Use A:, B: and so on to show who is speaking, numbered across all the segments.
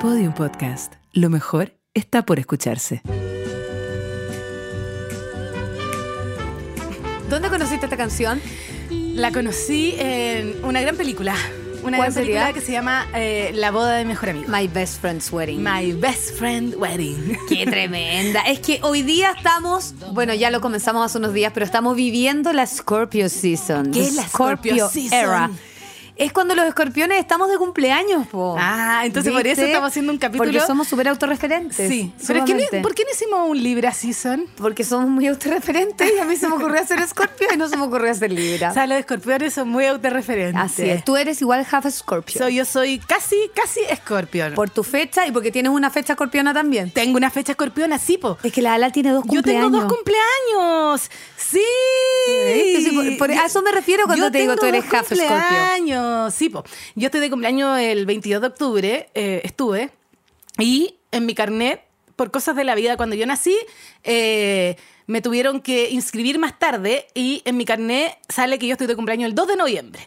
A: Podium Podcast. Lo mejor está por escucharse.
B: ¿Dónde conociste esta canción?
C: La conocí en una gran película. Una
B: ¿Cuál
C: gran película
B: sería?
C: que se llama eh, La boda de mi mejor amigo.
B: My Best Friend's Wedding.
C: My best friend wedding.
B: Qué tremenda. Es que hoy día estamos, bueno, ya lo comenzamos hace unos días, pero estamos viviendo la Scorpio Season.
C: ¿Qué es la Scorpio season?
B: Era. Es cuando los escorpiones estamos de cumpleaños, po.
C: Ah, entonces por eso estamos haciendo un capítulo-
B: Porque somos súper autorreferentes.
C: Sí. Pero es que
B: sumamente.
C: ni- ¿por qué no hicimos un Libra Season?
B: Porque somos muy autorreferentes y a mí se me ocurrió hacer Scorpio y no se me ocurrió hacer Libra.
C: O sea, los escorpiones son muy autorreferentes.
B: Así es. Tú eres igual half Scorpio.
C: So, yo soy casi, casi escorpión.
B: Por tu fecha y porque tienes una fecha escorpiona también.
C: Tengo una fecha escorpiona, sí, po.
B: Es que la Ala tiene dos
C: Yo
B: cumpleaños.
C: tengo dos cumpleaños. Sí.
B: ¿Viste? Sí, por- por- a eso me refiero cuando
C: yo
B: te digo,
C: tengo
B: tú eres
C: dos
B: half Scorpio.
C: cumpleaños. Sí, po. Yo estoy de cumpleaños el 22 de octubre, eh, estuve, y en mi carnet, por cosas de la vida, cuando yo nací, eh, me tuvieron que inscribir más tarde y en mi carnet sale que yo estoy de cumpleaños el 2 de noviembre.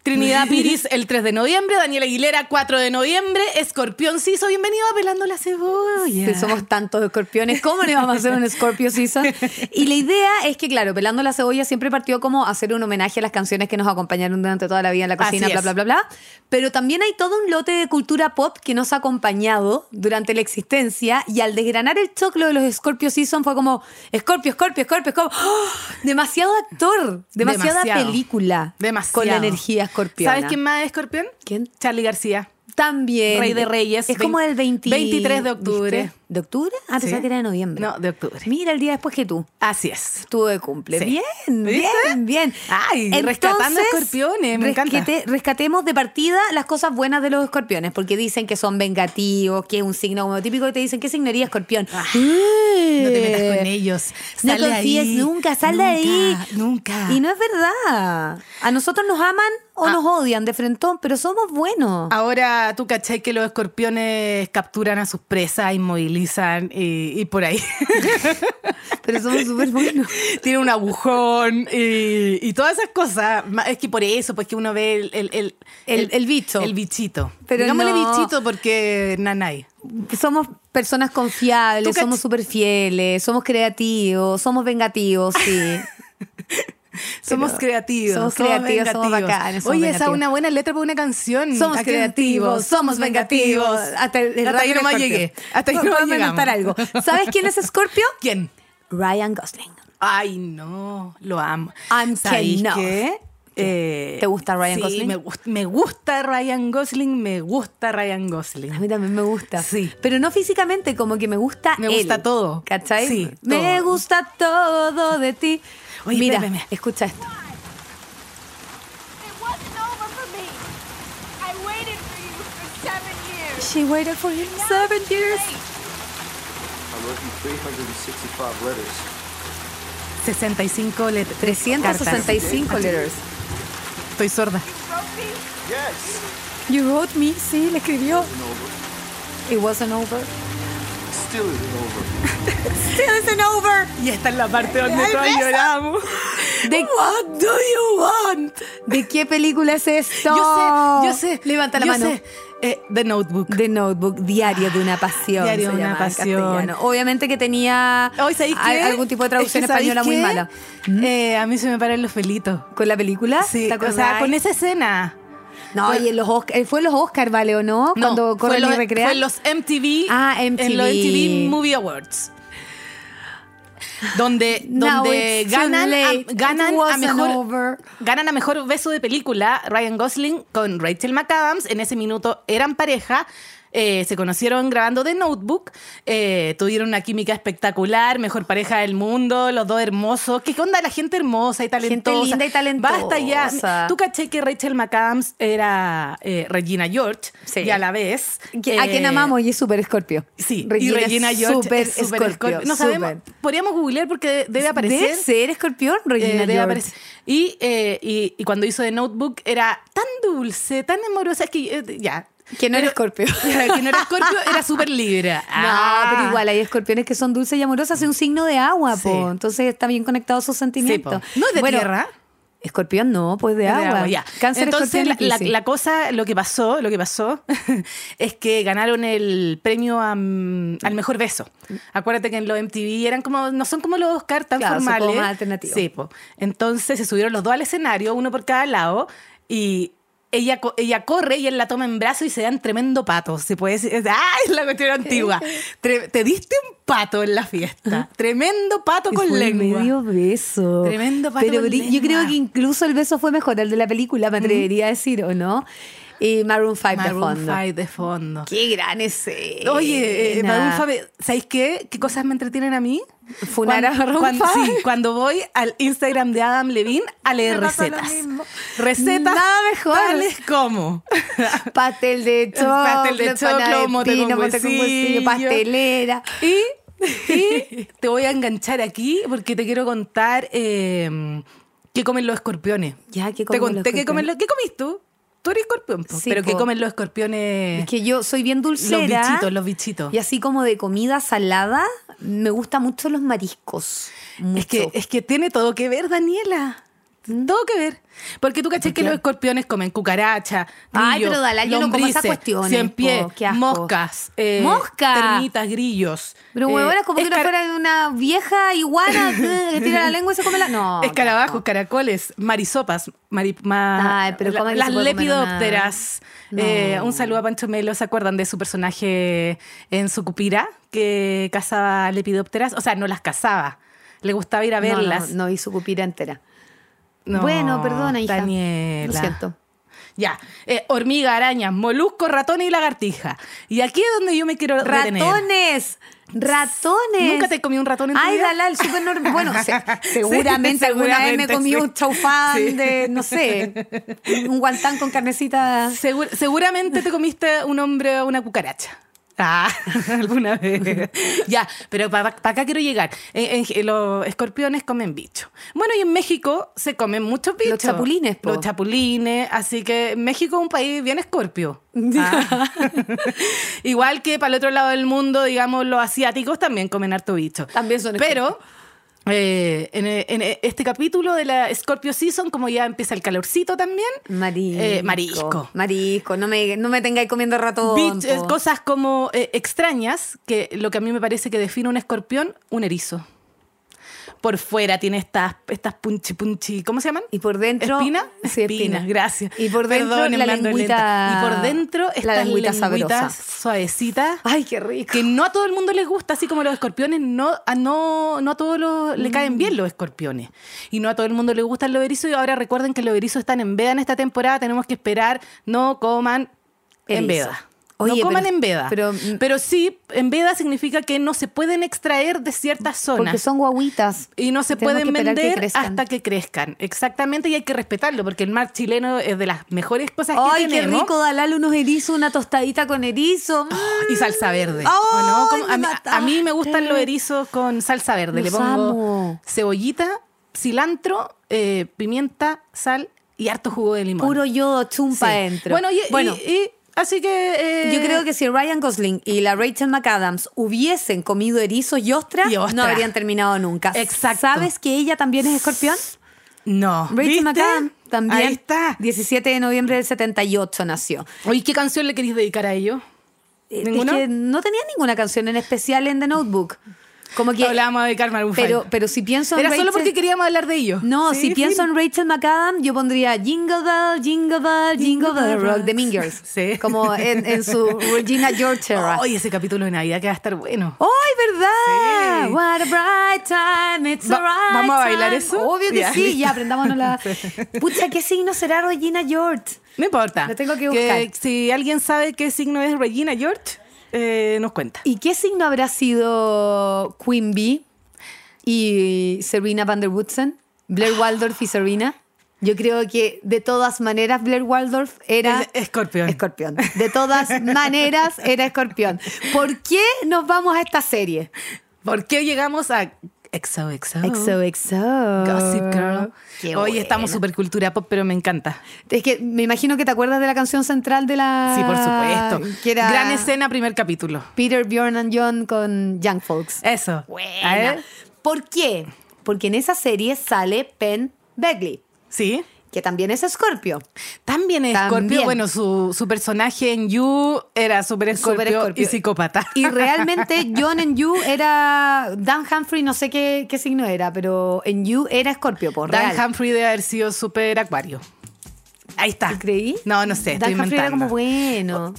C: Trinidad Piris el 3 de noviembre, Daniel Aguilera 4 de noviembre, Escorpión Ciso, bienvenido a Pelando la Cebolla.
B: Si somos tantos escorpiones, ¿cómo le vamos a hacer un Scorpio Season? Y la idea es que, claro, Pelando la Cebolla siempre partió como hacer un homenaje a las canciones que nos acompañaron durante toda la vida en la cocina,
C: Así
B: bla,
C: es.
B: bla, bla, bla. Pero también hay todo un lote de cultura pop que nos ha acompañado durante la existencia y al desgranar el choclo de los Scorpio Season fue como, Scorpio, Scorpio, Scorpio, Scorpio. ¡Oh! Demasiado actor, demasiada
C: Demasiado.
B: película
C: Demasiado.
B: con la energía escorpiona.
C: ¿Sabes quién más es escorpión?
B: ¿Quién?
C: Charlie García.
B: También.
C: Rey de Reyes,
B: Es como el 20
C: 23 de octubre.
B: ¿viste? ¿De octubre? Ah,
C: Sí.
B: pensaba que era de noviembre.
C: No, de octubre.
B: Mira, el día después que tú.
C: Así es.
B: Estuvo de cumple.
C: Sí.
B: Bien,
C: ¿Viste?
B: bien, bien.
C: Ay, rescatando escorpiones, me encanta.
B: Rescatemos de partida las cosas buenas de los escorpiones, porque dicen que son vengativos, que es un signo como típico que te dicen, ¿qué signo eres escorpión?
C: Ah,
B: ¡Eh!
C: No te metas con ellos.
B: No
C: Sal de
B: confíes
C: ahí.
B: nunca, sal de ahí.
C: Nunca.
B: Y no es verdad. A nosotros nos aman o
C: Ah.
B: nos odian de frentón, pero somos buenos.
C: Ahora tú cachai que los escorpiones capturan a sus presas, inmovilizan y, y por ahí.
B: Pero somos súper buenos.
C: Tienen un agujón y, y todas esas cosas. Ma- Es que por eso, pues que uno ve el, el, el,
B: El- el bicho.
C: El bichito.
B: Pero
C: Digámosle
B: no.
C: bichito porque nanay.
B: somos personas confiables,
C: Tú cach-
B: somos súper fieles, somos creativos, somos vengativos, sí.
C: Somos
B: Pero
C: creativos.
B: somos creativos, somos
C: vengativos.
B: bacanes, somos
C: Oye, esa es
B: vengativos.
C: una buena letra para una canción.
B: Somos
C: Aquí-
B: creativos, somos vengativos.
C: Hasta, el hasta
B: radio
C: ahí nomás
B: Scorpio.
C: llegué. Hasta ahí
B: Por-
C: nomás
B: podemos
C: llegamos.
B: anotar algo. ¿Sabes quién es Scorpio?
C: ¿Quién?
B: Ryan Gosling.
C: Ay, no, lo amo.
B: I'm
C: ¿Sabéis
B: Ken
C: qué? Eh,
B: ¿Te gusta Ryan
C: sí,
B: Gosling?
C: Me, gust- me gusta Ryan Gosling, me gusta Ryan Gosling.
B: A mí también me gusta.
C: Sí.
B: Pero no físicamente, como que me gusta
C: Me
B: él.
C: gusta todo.
B: ¿Cachai?
C: Sí,
B: Me
C: todo.
B: gusta todo de ti.
C: Oye,
B: Mira,
C: espérame.
B: escucha esto.
D: It wasn't over for me. I waited for you for seven years.
B: She waited for you seven years.
E: I wrote you 365 letters.
C: 65 letras.
B: 365 letters.
C: Estoy sorda.
E: Yes!
B: You wrote me, sí, le escribió. It wasn't over.
E: Still isn't over.
B: Still isn't over.
C: Y esta es la parte donde
B: Ay,
C: todos
B: beso.
C: lloramos.
B: ¿De,
C: What do you want?
B: ¿De qué película es esto?
C: Yo sé, yo sé.
B: Levanta la
C: yo
B: mano.
C: sé. Eh, The Notebook.
B: The Notebook, Diario de una Pasión.
C: Diario
B: se
C: de una
B: llamaba en
C: pasión.
B: castellano. Obviamente que tenía
C: Hoy, ¿sabéis
B: al-
C: qué?
B: algún tipo de traducción
C: Es que, ¿sabéis
B: española muy
C: qué?
B: mala.
C: Eh, a mí se me paran los pelitos.
B: ¿Con la película?
C: Sí,
B: ¿Te
C: o
B: acordás?
C: sea, con esa escena.
B: No, y en los Oscar, fue en los Oscar, ¿vale o no?
C: No,
B: Cuando corren
C: fue
B: y
C: lo-
B: recrean.
C: Fue en los MTV.
B: Ah,
C: En los
B: MTV.
C: MTV Movie Awards. Donde,
B: Now
C: donde
B: it's too
C: ganan, a,
B: late.
C: ganan,
B: It
C: a
B: wasn't
C: mejor,
B: over.
C: ganan a mejor beso de película Ryan Gosling con Rachel McAdams. En ese minuto eran pareja. eh, se conocieron grabando The Notebook. eh, tuvieron una química espectacular. Mejor pareja del mundo. Los dos hermosos. ¿Qué onda la gente hermosa y talentosa?
B: linda y talentosa.
C: Basta ya. Tú caché que Rachel McAdams era eh, Regina George
B: Sí.
C: y a la vez.
B: Que- a
C: eh,
B: quien amamos y es súper escorpio.
C: Sí,
B: Regina
C: y Regina
B: es
C: George
B: súper
C: es súper
B: escorpio,
C: escorpio. No sabemos,
B: súper.
C: podríamos googlear porque debe aparecer.
B: Debe ser escorpión, Regina
C: eh, debe
B: George.
C: aparecer. Y, eh, y, y cuando hizo The Notebook era tan dulce, tan amorosa, es que eh, ya.
B: Que no era
C: Pero-
B: escorpio.
C: que no era escorpio, era súper Ah. libra.
B: No, pero igual hay escorpiones que son dulces y amorosas, es un signo de agua,
C: Sí.
B: po. Entonces está bien conectado a sus sentimientos.
C: po. ¿No es de tierra?
B: Escorpión no, pues de, agua.
C: ya.
B: Cáncer,
C: Entonces,
B: escorpión
C: la,
B: y
C: la-
B: Piscis.
C: la cosa, lo que pasó, lo que pasó es que ganaron el premio a, mm, al mejor beso. Acuérdate que en los MTV eran como, no son como los Oscar tan
B: Claro, son como
C: formales.
B: más alternativos.
C: Sí, po. Entonces se subieron los dos al escenario, uno por cada lado, y ella, co- ella corre y él la toma en brazos y se dan tremendo pato. Se puede decir, ¡ah! Es la cuestión antigua. Tre- te diste un pato en la fiesta. Tremendo pato
B: Y
C: con
B: fue
C: lengua.
B: medio beso.
C: Tremendo pato
B: Pero
C: con
B: bri- yo
C: lengua.
B: creo que incluso el beso fue mejor, el de la película, me atrevería a decir, ¿o no? Y Maroon 5 de
C: Maroon
B: fondo.
C: 5 de fondo.
B: Qué gran ese.
C: Oye, eh, Maroon five, ¿sabéis qué? ¿Qué cosas me entretienen a mí?
B: Funar a Maroon
C: cuando,
B: five.
C: sí, cuando voy al Instagram de Adam Levine a leer
B: Me pasa lo
C: recetas.
B: mismo.
C: Recetas
B: Nada mejor.
C: tales como
B: Pastel de choclo,
C: pastel de
B: empanada
C: choclo, mote
B: pino,
C: con
B: mote con huesillo,
C: huesillo.
B: pastelera.
C: Y, y te voy a enganchar aquí porque te quiero contar eh, qué comen los escorpiones.
B: Ya, ¿qué
C: te
B: comen los
C: conté qué comen
B: escorpiones?
C: los... ¿Qué comís tú? Tú eres escorpión, po,
B: Sí,
C: pero ¿qué
B: po.
C: comen los escorpiones?
B: Es que yo soy bien dulcera.
C: los bichitos, los bichitos.
B: Y así como de comida salada, me gustan mucho los mariscos.
C: Es que,
B: Mucho.
C: es que tiene todo que ver, Daniela. Todo que ver. Porque tú caché que los escorpiones comen cucaracha,
B: Ay,
C: grillo,
B: pero Dalá, yo no como esas
C: lombrices,
B: cuestiones,
C: ciempiés,
B: po, qué asco.
C: moscas, eh,
B: ¡Mosca!
C: termitas, grillos.
B: Pero
C: eh,
B: huevona, es como que uno
C: escar-
B: fuera de una vieja iguana eh, que tira la lengua y se come la. No.
C: Escarabajos,
B: no.
C: caracoles, marisopas, mari- ma-
B: Ay, pero ¿cómo que
C: las
B: se puede comer
C: lepidópteras.
B: una?
C: Eh,
B: No.
C: un saludo a Pancho Melo, ¿se acuerdan de su personaje en Sucupira? Que cazaba lepidópteras, o sea, no las cazaba, le gustaba ir a
B: No, no,
C: verlas.
B: No, vi su cupira entera.
C: No,
B: bueno, perdona, hija.
C: Daniela.
B: Lo siento.
C: Ya, eh, hormiga, arañas, molusco, ratones y lagartija. Y aquí es donde yo me quiero detener.
B: ¡Ratones! ¡Ratones!
C: ¿Nunca te comí un ratón en tu
B: Ay,
C: vida?
B: Dalá, el súper normal. Bueno, se- seguramente alguna vez me
C: seguramente,
B: comí
C: sí.
B: un chaufán
C: Sí.
B: de, no sé, un guantán con carnecita.
C: Segu- seguramente te comiste un hombre o una cucaracha. Ah, alguna vez. ya, pero para acá quiero llegar. En- en- los escorpiones comen bichos. Bueno, y en México se comen muchos bichos.
B: chapulines, po.
C: Los chapulines. Así que México es un país bien escorpio. Ah. Igual que para el otro lado del mundo, digamos, los asiáticos también comen harto bicho.
B: También son
C: Pero eh, en, en este capítulo de la Scorpio Season, como ya empieza el calorcito también,
B: Marisco.
C: eh, marisco.
B: Marisco. No me, no me tengáis comiendo ratón.
C: Bitch, eh,
B: po.
C: cosas como eh, extrañas, que lo que a mí me parece que define un escorpión, un erizo. Por fuera tiene estas, estas punchi punchi, ¿cómo se llaman?
B: Y por dentro.
C: ¿Espina?
B: Sí, espina.
C: gracias.
B: Y por dentro
C: Perdónenme,
B: la
C: ando
B: lengüita.
C: lenta. Y por dentro
B: La
C: estas
B: lengüita
C: lengüitas
B: sabrosa.
C: suavecitas
B: Ay, qué rico.
C: que no a todo el mundo les gusta, así como los escorpiones, no a, no, no a todos los- le caen
B: Mm.
C: bien los escorpiones. Y no a todo el mundo le gustan los erizos. Y ahora recuerden que los erizos están en veda en esta temporada, tenemos que esperar, no coman en
B: Erizo.
C: veda.
B: Oye,
C: no coman
B: pero-
C: en veda.
B: pero- mm,
C: Pero, sí, en veda significa que no se pueden extraer de ciertas zonas.
B: Porque son guaguitas.
C: Y no se
B: Tenemos
C: pueden
B: que esperar que
C: vender
B: crezcan.
C: hasta que crezcan. Exactamente, y hay que respetarlo, porque el mar chileno es de las mejores cosas
B: Ay,
C: que
B: qué
C: tenemos.
B: rico, Dalal, unos erizos, una tostadita con erizo.
C: Y salsa verde.
B: ¡Ay,
C: ¿o no? Como-
B: me
C: a, mí,
B: mataste!
C: a mí me gustan los erizos con salsa verde. Le
B: Los
C: pongo
B: amo.
C: cebollita, cilantro, eh, pimienta, sal y harto jugo de limón.
B: Mm, Puro yodo, chumpa
C: Sí.
B: adentro.
C: Bueno, y, y- y- así que. eh,
B: Yo creo que si Ryan Gosling y la Rachel McAdams hubiesen comido erizos y ostras,
C: Y ostras.
B: no habrían terminado nunca.
C: Exacto.
B: ¿Sabes que ella también es escorpión?
C: No.
B: Rachel
C: ¿Viste?
B: McAdams también.
C: Ahí está.
B: 17 de noviembre del 78 nació.
C: Oye, ¿qué canción le queréis dedicar a ellos?
B: Eh,
C: ¿Ninguno?
B: Es que no tenía ninguna canción en especial en The Notebook. Como que.
C: Hablábamos de Karma Rufai.
B: pero, pero si pienso en
C: Era solo
B: Rachel-
C: porque queríamos hablar de ellos.
B: No,
C: Sí,
B: si pienso
C: fin.
B: en Rachel McAdam, yo pondría Jingle Bell, Jingle Bell, Jingle Bell Rock de Mean Girls.
C: Sí.
B: Como en, en su Regina George era.
C: Oye, ese capítulo de Navidad que va a estar bueno.
B: ¡Ay, verdad!
C: Sí.
B: What a bright time, it's
C: Va-
B: a right
C: ¿vamos a bailar
B: time.
C: eso?
B: Obvio que
C: Ya,
B: sí,
C: listo.
B: ya aprendámonos la. Pucha, ¿qué signo será Regina George?
C: No importa.
B: Lo tengo que buscar.
C: si alguien sabe qué signo es Regina George, eh, nos cuenta.
B: ¿Y qué signo habrá sido Queen Bee y Serena van der Woodsen? Blair Waldorf y Serena. Yo creo que de todas maneras Blair Waldorf era
C: Es- escorpión.
B: Escorpión. De todas maneras era escorpión. ¿Por qué nos vamos a esta serie?
C: ¿Por qué llegamos a XOXO?
B: XOXO.
C: Oh. Gossip Girl.
B: Qué
C: Hoy
B: buena.
C: estamos super cultura pop, pero me encanta.
B: Es que me imagino que te acuerdas de la canción central de la.
C: Sí, por supuesto.
B: Que era
C: Gran escena, primer capítulo.
B: Peter, Bjorn and John con Young Folks.
C: Eso.
B: Buena. ¿Por qué? Porque en esa serie sale Penn Begley.
C: Sí.
B: que también es Escorpio.
C: También es
B: También.
C: Scorpio. Bueno, su, su personaje en You era súper
B: Súper
C: Scorpio y
B: Escorpio.
C: psicópata.
B: Y realmente John en You era. Dan Humphrey, no sé qué, qué signo era, pero en You era Escorpio, por
C: Dan
B: real.
C: Humphrey debe haber sido súper acuario. Ahí está.
B: Ah, ¿Te creí?
C: No, no sé.
B: Dan
C: estoy
B: Humphrey era
C: inventando. Oh,
B: como bueno.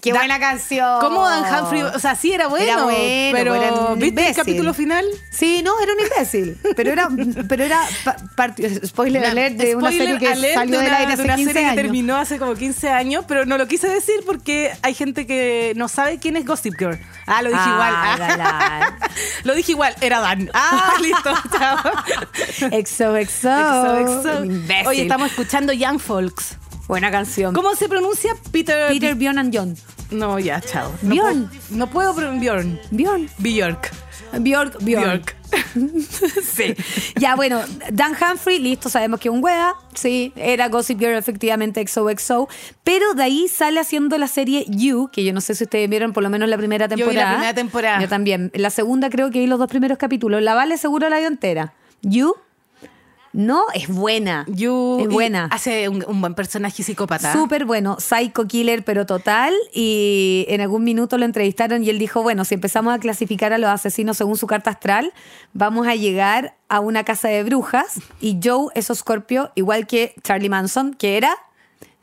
B: Qué
C: Dan-
B: buena canción.
C: ¿Cómo Dan Humphrey? O sea, sí era bueno.
B: Era bueno,
C: pero
B: era un
C: ¿viste el
B: imbécil.
C: capítulo final?
B: Sí, no, era un imbécil. Pero era, pero era pa- part- spoiler alert de una
C: Spoiler
B: serie que
C: alert
B: salió
C: de
B: del
C: una-
B: aire
C: de
B: hace
C: una
B: 15
C: serie que
B: años.
C: terminó hace como 15 años, pero no lo quise decir porque hay gente que no sabe quién es Gossip Girl. Ah, lo dije
B: Ah,
C: igual. Ah.
B: galán.
C: Lo dije igual, era Dan. Ah, listo, chao. Exo,
B: XOXO.
C: exo.
B: Oh, Un Imbécil.
C: Oye, estamos escuchando Young Folks.
B: Buena canción.
C: ¿Cómo se pronuncia Peter?
B: Peter, Bjorn and John.
C: No, ya, chao. No
B: Bjorn.
C: puedo- No puedo pronunciar Bjorn.
B: Bjorn.
C: Bjork.
B: Bjork, Bjork.
C: Bjork. sí.
B: Ya, bueno, Dan Humphrey, listo, sabemos que es un wea, sí, era Gossip Girl, efectivamente, XOXO, pero de ahí sale haciendo la serie You, que yo no sé si ustedes vieron por lo menos la primera
C: vi la
B: temporada.
C: primera temporada.
B: Yo también. La segunda creo que vi los dos primeros capítulos. La Vale seguro la vio entera. You, no, es buena.
C: You
B: es
C: y
B: buena.
C: Hace un, un buen personaje psicópata.
B: Súper bueno, psycho killer, pero total. Y en algún minuto lo entrevistaron y él dijo, bueno, si empezamos a clasificar a los asesinos según su carta astral, vamos a llegar a una casa de brujas. Y Joe es Scorpio, igual que Charlie Manson, que era...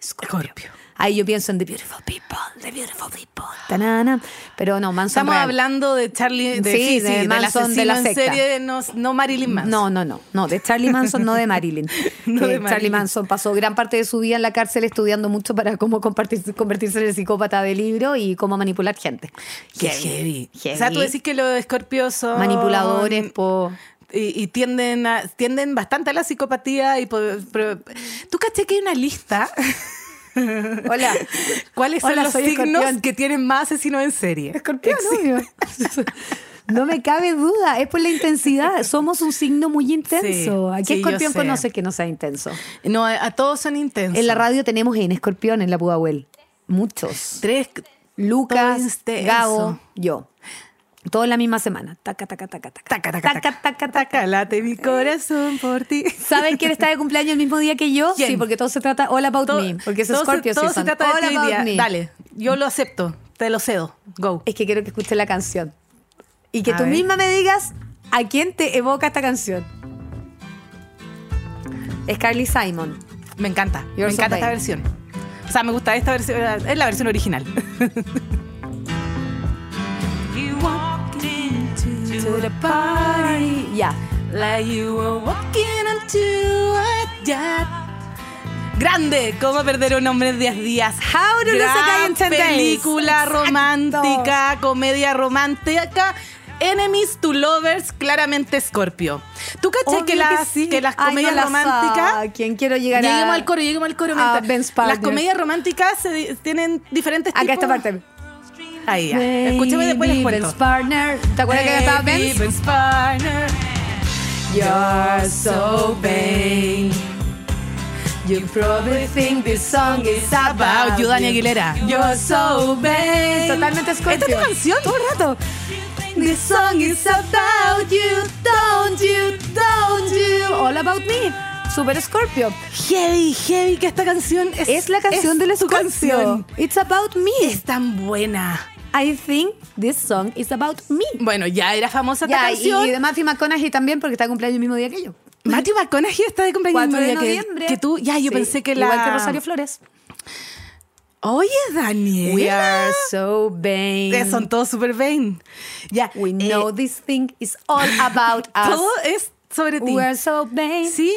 C: Scorpio.
B: Ahí yo pienso en The Beautiful People, The Beautiful People. tanana. Pero no, Manson
C: Estamos
B: real.
C: hablando de Charlie, de,
B: Sí,
C: sí, sí,
B: de
C: del
B: Manson, de la
C: asesino en
B: secta.
C: serie, no, no Marilyn Manson.
B: No, no, no, no, de Charlie Manson, no de Marilyn.
C: No
B: Que
C: de
B: Charlie
C: Marilyn.
B: Manson pasó gran parte de su vida en la cárcel estudiando mucho para cómo compartir- convertirse en el psicópata de libro y cómo manipular gente.
C: Qué
B: Heavy,
C: heavy.
B: heavy.
C: O sea, tú decís que los escorpios son...
B: manipuladores po.
C: Y, y tienden, a- tienden bastante a la psicopatía. y po- pro- Tú caché que hay una lista.
B: Hola.
C: ¿Cuáles
B: Hola,
C: son los
B: soy
C: signos
B: escorpión.
C: que tienen más asesinos en serie?
B: Escorpión, obvio. No me cabe duda, es por la intensidad. Somos un signo muy intenso.
C: Sí,
B: ¿A
C: sí,
B: qué
C: yo
B: escorpión
C: sé.
B: conoces que no sea intenso?
C: No, a, a todos son intensos.
B: En la radio tenemos en escorpión, en la Pudahuel. Muchos.
C: Tres... todo este
B: Lucas,
C: intenso.
B: Gabo, yo. Todo en la misma semana. Taca, taca, taca, taca.
C: Taca, taca, taca.
B: taca, taca.
C: Late mi corazón por ti.
B: ¿Saben quién está de cumpleaños el mismo día que yo?
C: ¿Quién?
B: Sí, porque todo se trata all about
C: Todo-
B: me. Porque es
C: todo se-
B: Scorpio
C: todo
B: season.
C: se trata de
B: All
C: ti hoy
B: about
C: día.
B: me.
C: Dale, yo lo acepto, te lo cedo. Go.
B: Es que quiero que escuche la canción. Y que
C: A
B: tú
C: ver.
B: misma me digas a quién te evoca esta canción. Es Carly Simon.
C: Me encanta,
B: You're
C: me
B: so
C: encanta esta
B: vain.
C: versión. O sea, me gusta esta versión, es la versión original. You walked into the party
B: Ya.
C: like you were walking into a yacht. Grande, cómo perder un hombre en 10 días.
B: How to Lose a Guy in 10 days.
C: película
B: Exacto.
C: romántica, comedia romántica. Enemies to lovers, claramente Scorpio. ¿Tú cachas
B: Obvio
C: que las, que,
B: sí.
C: las
B: Ay, no
C: comedias
B: la
C: románticas Ah,
B: sa- ¿Quién quiero llegar
C: Lleguemos
B: a...?
C: al coro, lleguemos al coro.
B: a
C: mientras-
B: Ben Sparner.
C: Las comedias románticas se di- tienen diferentes
B: Acá
C: tipos.
B: esta parte.
C: Ahí ya. Escúchame después les
B: Baby
C: cuento.
B: Ben's partner. ¿Te acuerdas que cantaba
C: Baby,
B: Benz?
C: Ben Sparner, you're so vain. You probably think this song is about you, Dani Aguilera. You're so vain.
B: Totalmente
C: ¿Esta
B: Scorpio.
C: es tu canción?
B: Todo el rato. This song is about you, don't you, don't you. All about me. Super Scorpio.
C: Heavy, heavy que esta canción es...
B: Es la canción del
C: es tu
B: Scorpio.
C: canción.
B: It's about me.
C: Es tan buena.
B: I think this song is about me.
C: Bueno, ya era famosa esta
B: Ya, y,
C: canción.
B: y de Matthew McConaughey también porque está de cumpleaños el mismo día que yo.
C: Matthew McConaughey está de cumpleaños
B: 4
C: el
B: de
C: mismo día
B: noviembre.
C: Que, que tú, ya, yo
B: Sí,
C: pensé que la...
B: Igual que Rosario Flores.
C: Oye, Daniela.
B: We are so vain.
C: Eh, Son todos super vain. Ya.
B: We
C: eh,
B: know this thing is all about us.
C: Todo es sobre ti.
B: We are so vain.
C: Sí.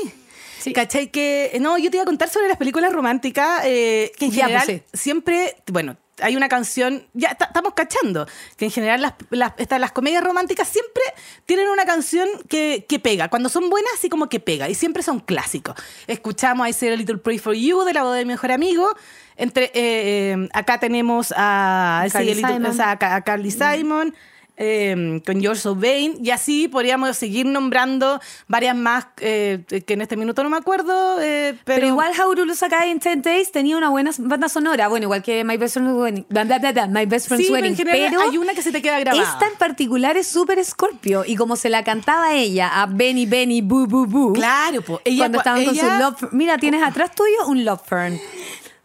B: Sí.
C: ¿Cachai? Que. eh, No, yo te iba a contar sobre las películas románticas, eh, que en
B: Ya, pues,
C: general siempre. Bueno, hay una canción. Ya ta- estamos cachando. Que en general las, las, estas- las comedias románticas siempre tienen una canción que, que pega. Cuando son buenas, así como que pega. Y siempre son clásicos. Escuchamos I Said a Little Pray for You de la boda de mi mejor amigo. Entre, eh, eh, acá tenemos a, I Said a
B: Carly
C: Little-
B: Simon.
C: Mm. o sea, a Ca- a Carly Simon.
B: em,
C: eh, con George O'Bain, y así podríamos seguir nombrando varias más eh, que en este minuto no me acuerdo. eh, pero,
B: Pero, igual Jaurulu Sakai en 10 Days tenía una buena banda sonora. Bueno, igual que My Best Friend's Wedding. Bla, bla, bla, bla, My Best Friend's
C: Sí, pero en
B: Wedding.
C: general
B: pero
C: hay una que se te queda grabada.
B: Esta en particular es súper Scorpio. Y como se la cantaba ella a Benny Benny Boo Boo Boo.
C: Claro, po. Ella-
B: Uh, cuando estaban con su
C: ella-
B: Love Fern. Mira, tienes atrás tuyo un Love Fern.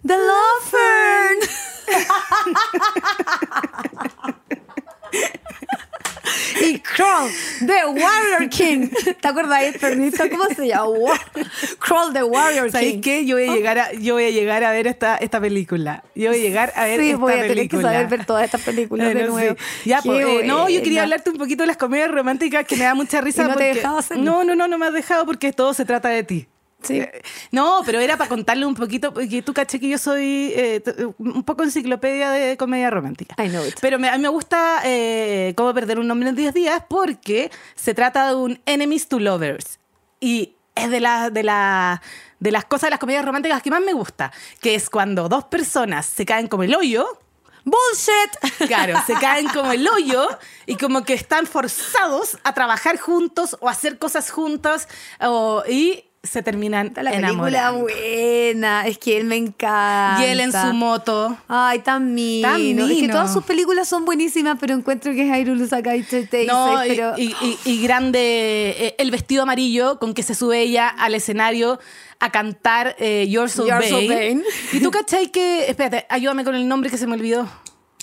B: The Love Fern. y Crawl, The Warrior King. ¿Te acuerdas de Fernito? ¿Cómo se llama? Crawl, The Warrior
C: ¿Sabéis
B: King.
C: qué? Yo voy a llegar a, yo voy a, llegar a ver esta, esta película. Yo voy a llegar a ver
B: Sí,
C: esta
B: voy a tener que
C: película.
B: saber ver todas estas películas de
C: no,
B: nuevo.
C: Ya,
B: Qué
C: po, eh, no, yo quería
B: buena.
C: hablarte un poquito de las comedias románticas que me da mucha risa.
B: Y no te
C: porque-
B: he dejado hacerlo.
C: No, no, no, no me has dejado porque todo se trata de ti.
B: Sí.
C: Eh, No, pero era para contarle un poquito, porque tú caché que yo soy eh, t- un poco enciclopedia de comedia romántica.
B: I know it.
C: Pero me, a mí me gusta eh, cómo perder un nombre en 10 días porque se trata de un enemies to lovers. Y es de, la, de, la, de las cosas de las comedias románticas que más me gusta, que es cuando dos personas se caen como el hoyo.
B: Bullshit.
C: Claro, se caen como el hoyo y como que están forzados a trabajar juntos o a hacer cosas juntas o- y se terminan
B: La película
C: enamorando.
B: buena. Es que él me encanta.
C: Y él en su moto.
B: Ay, tan mino.
C: Tan
B: Es que
C: mino.
B: todas sus películas son buenísimas, pero encuentro que Jairulu Sakai te te
C: No,
B: dice,
C: y,
B: pero...
C: y- y- y grande eh, el vestido amarillo con que se sube ella al escenario a cantar eh, You're So
B: You're So
C: Vain.
B: Vain.
C: Y tú cachai que, espérate, ayúdame con el nombre que se me olvidó.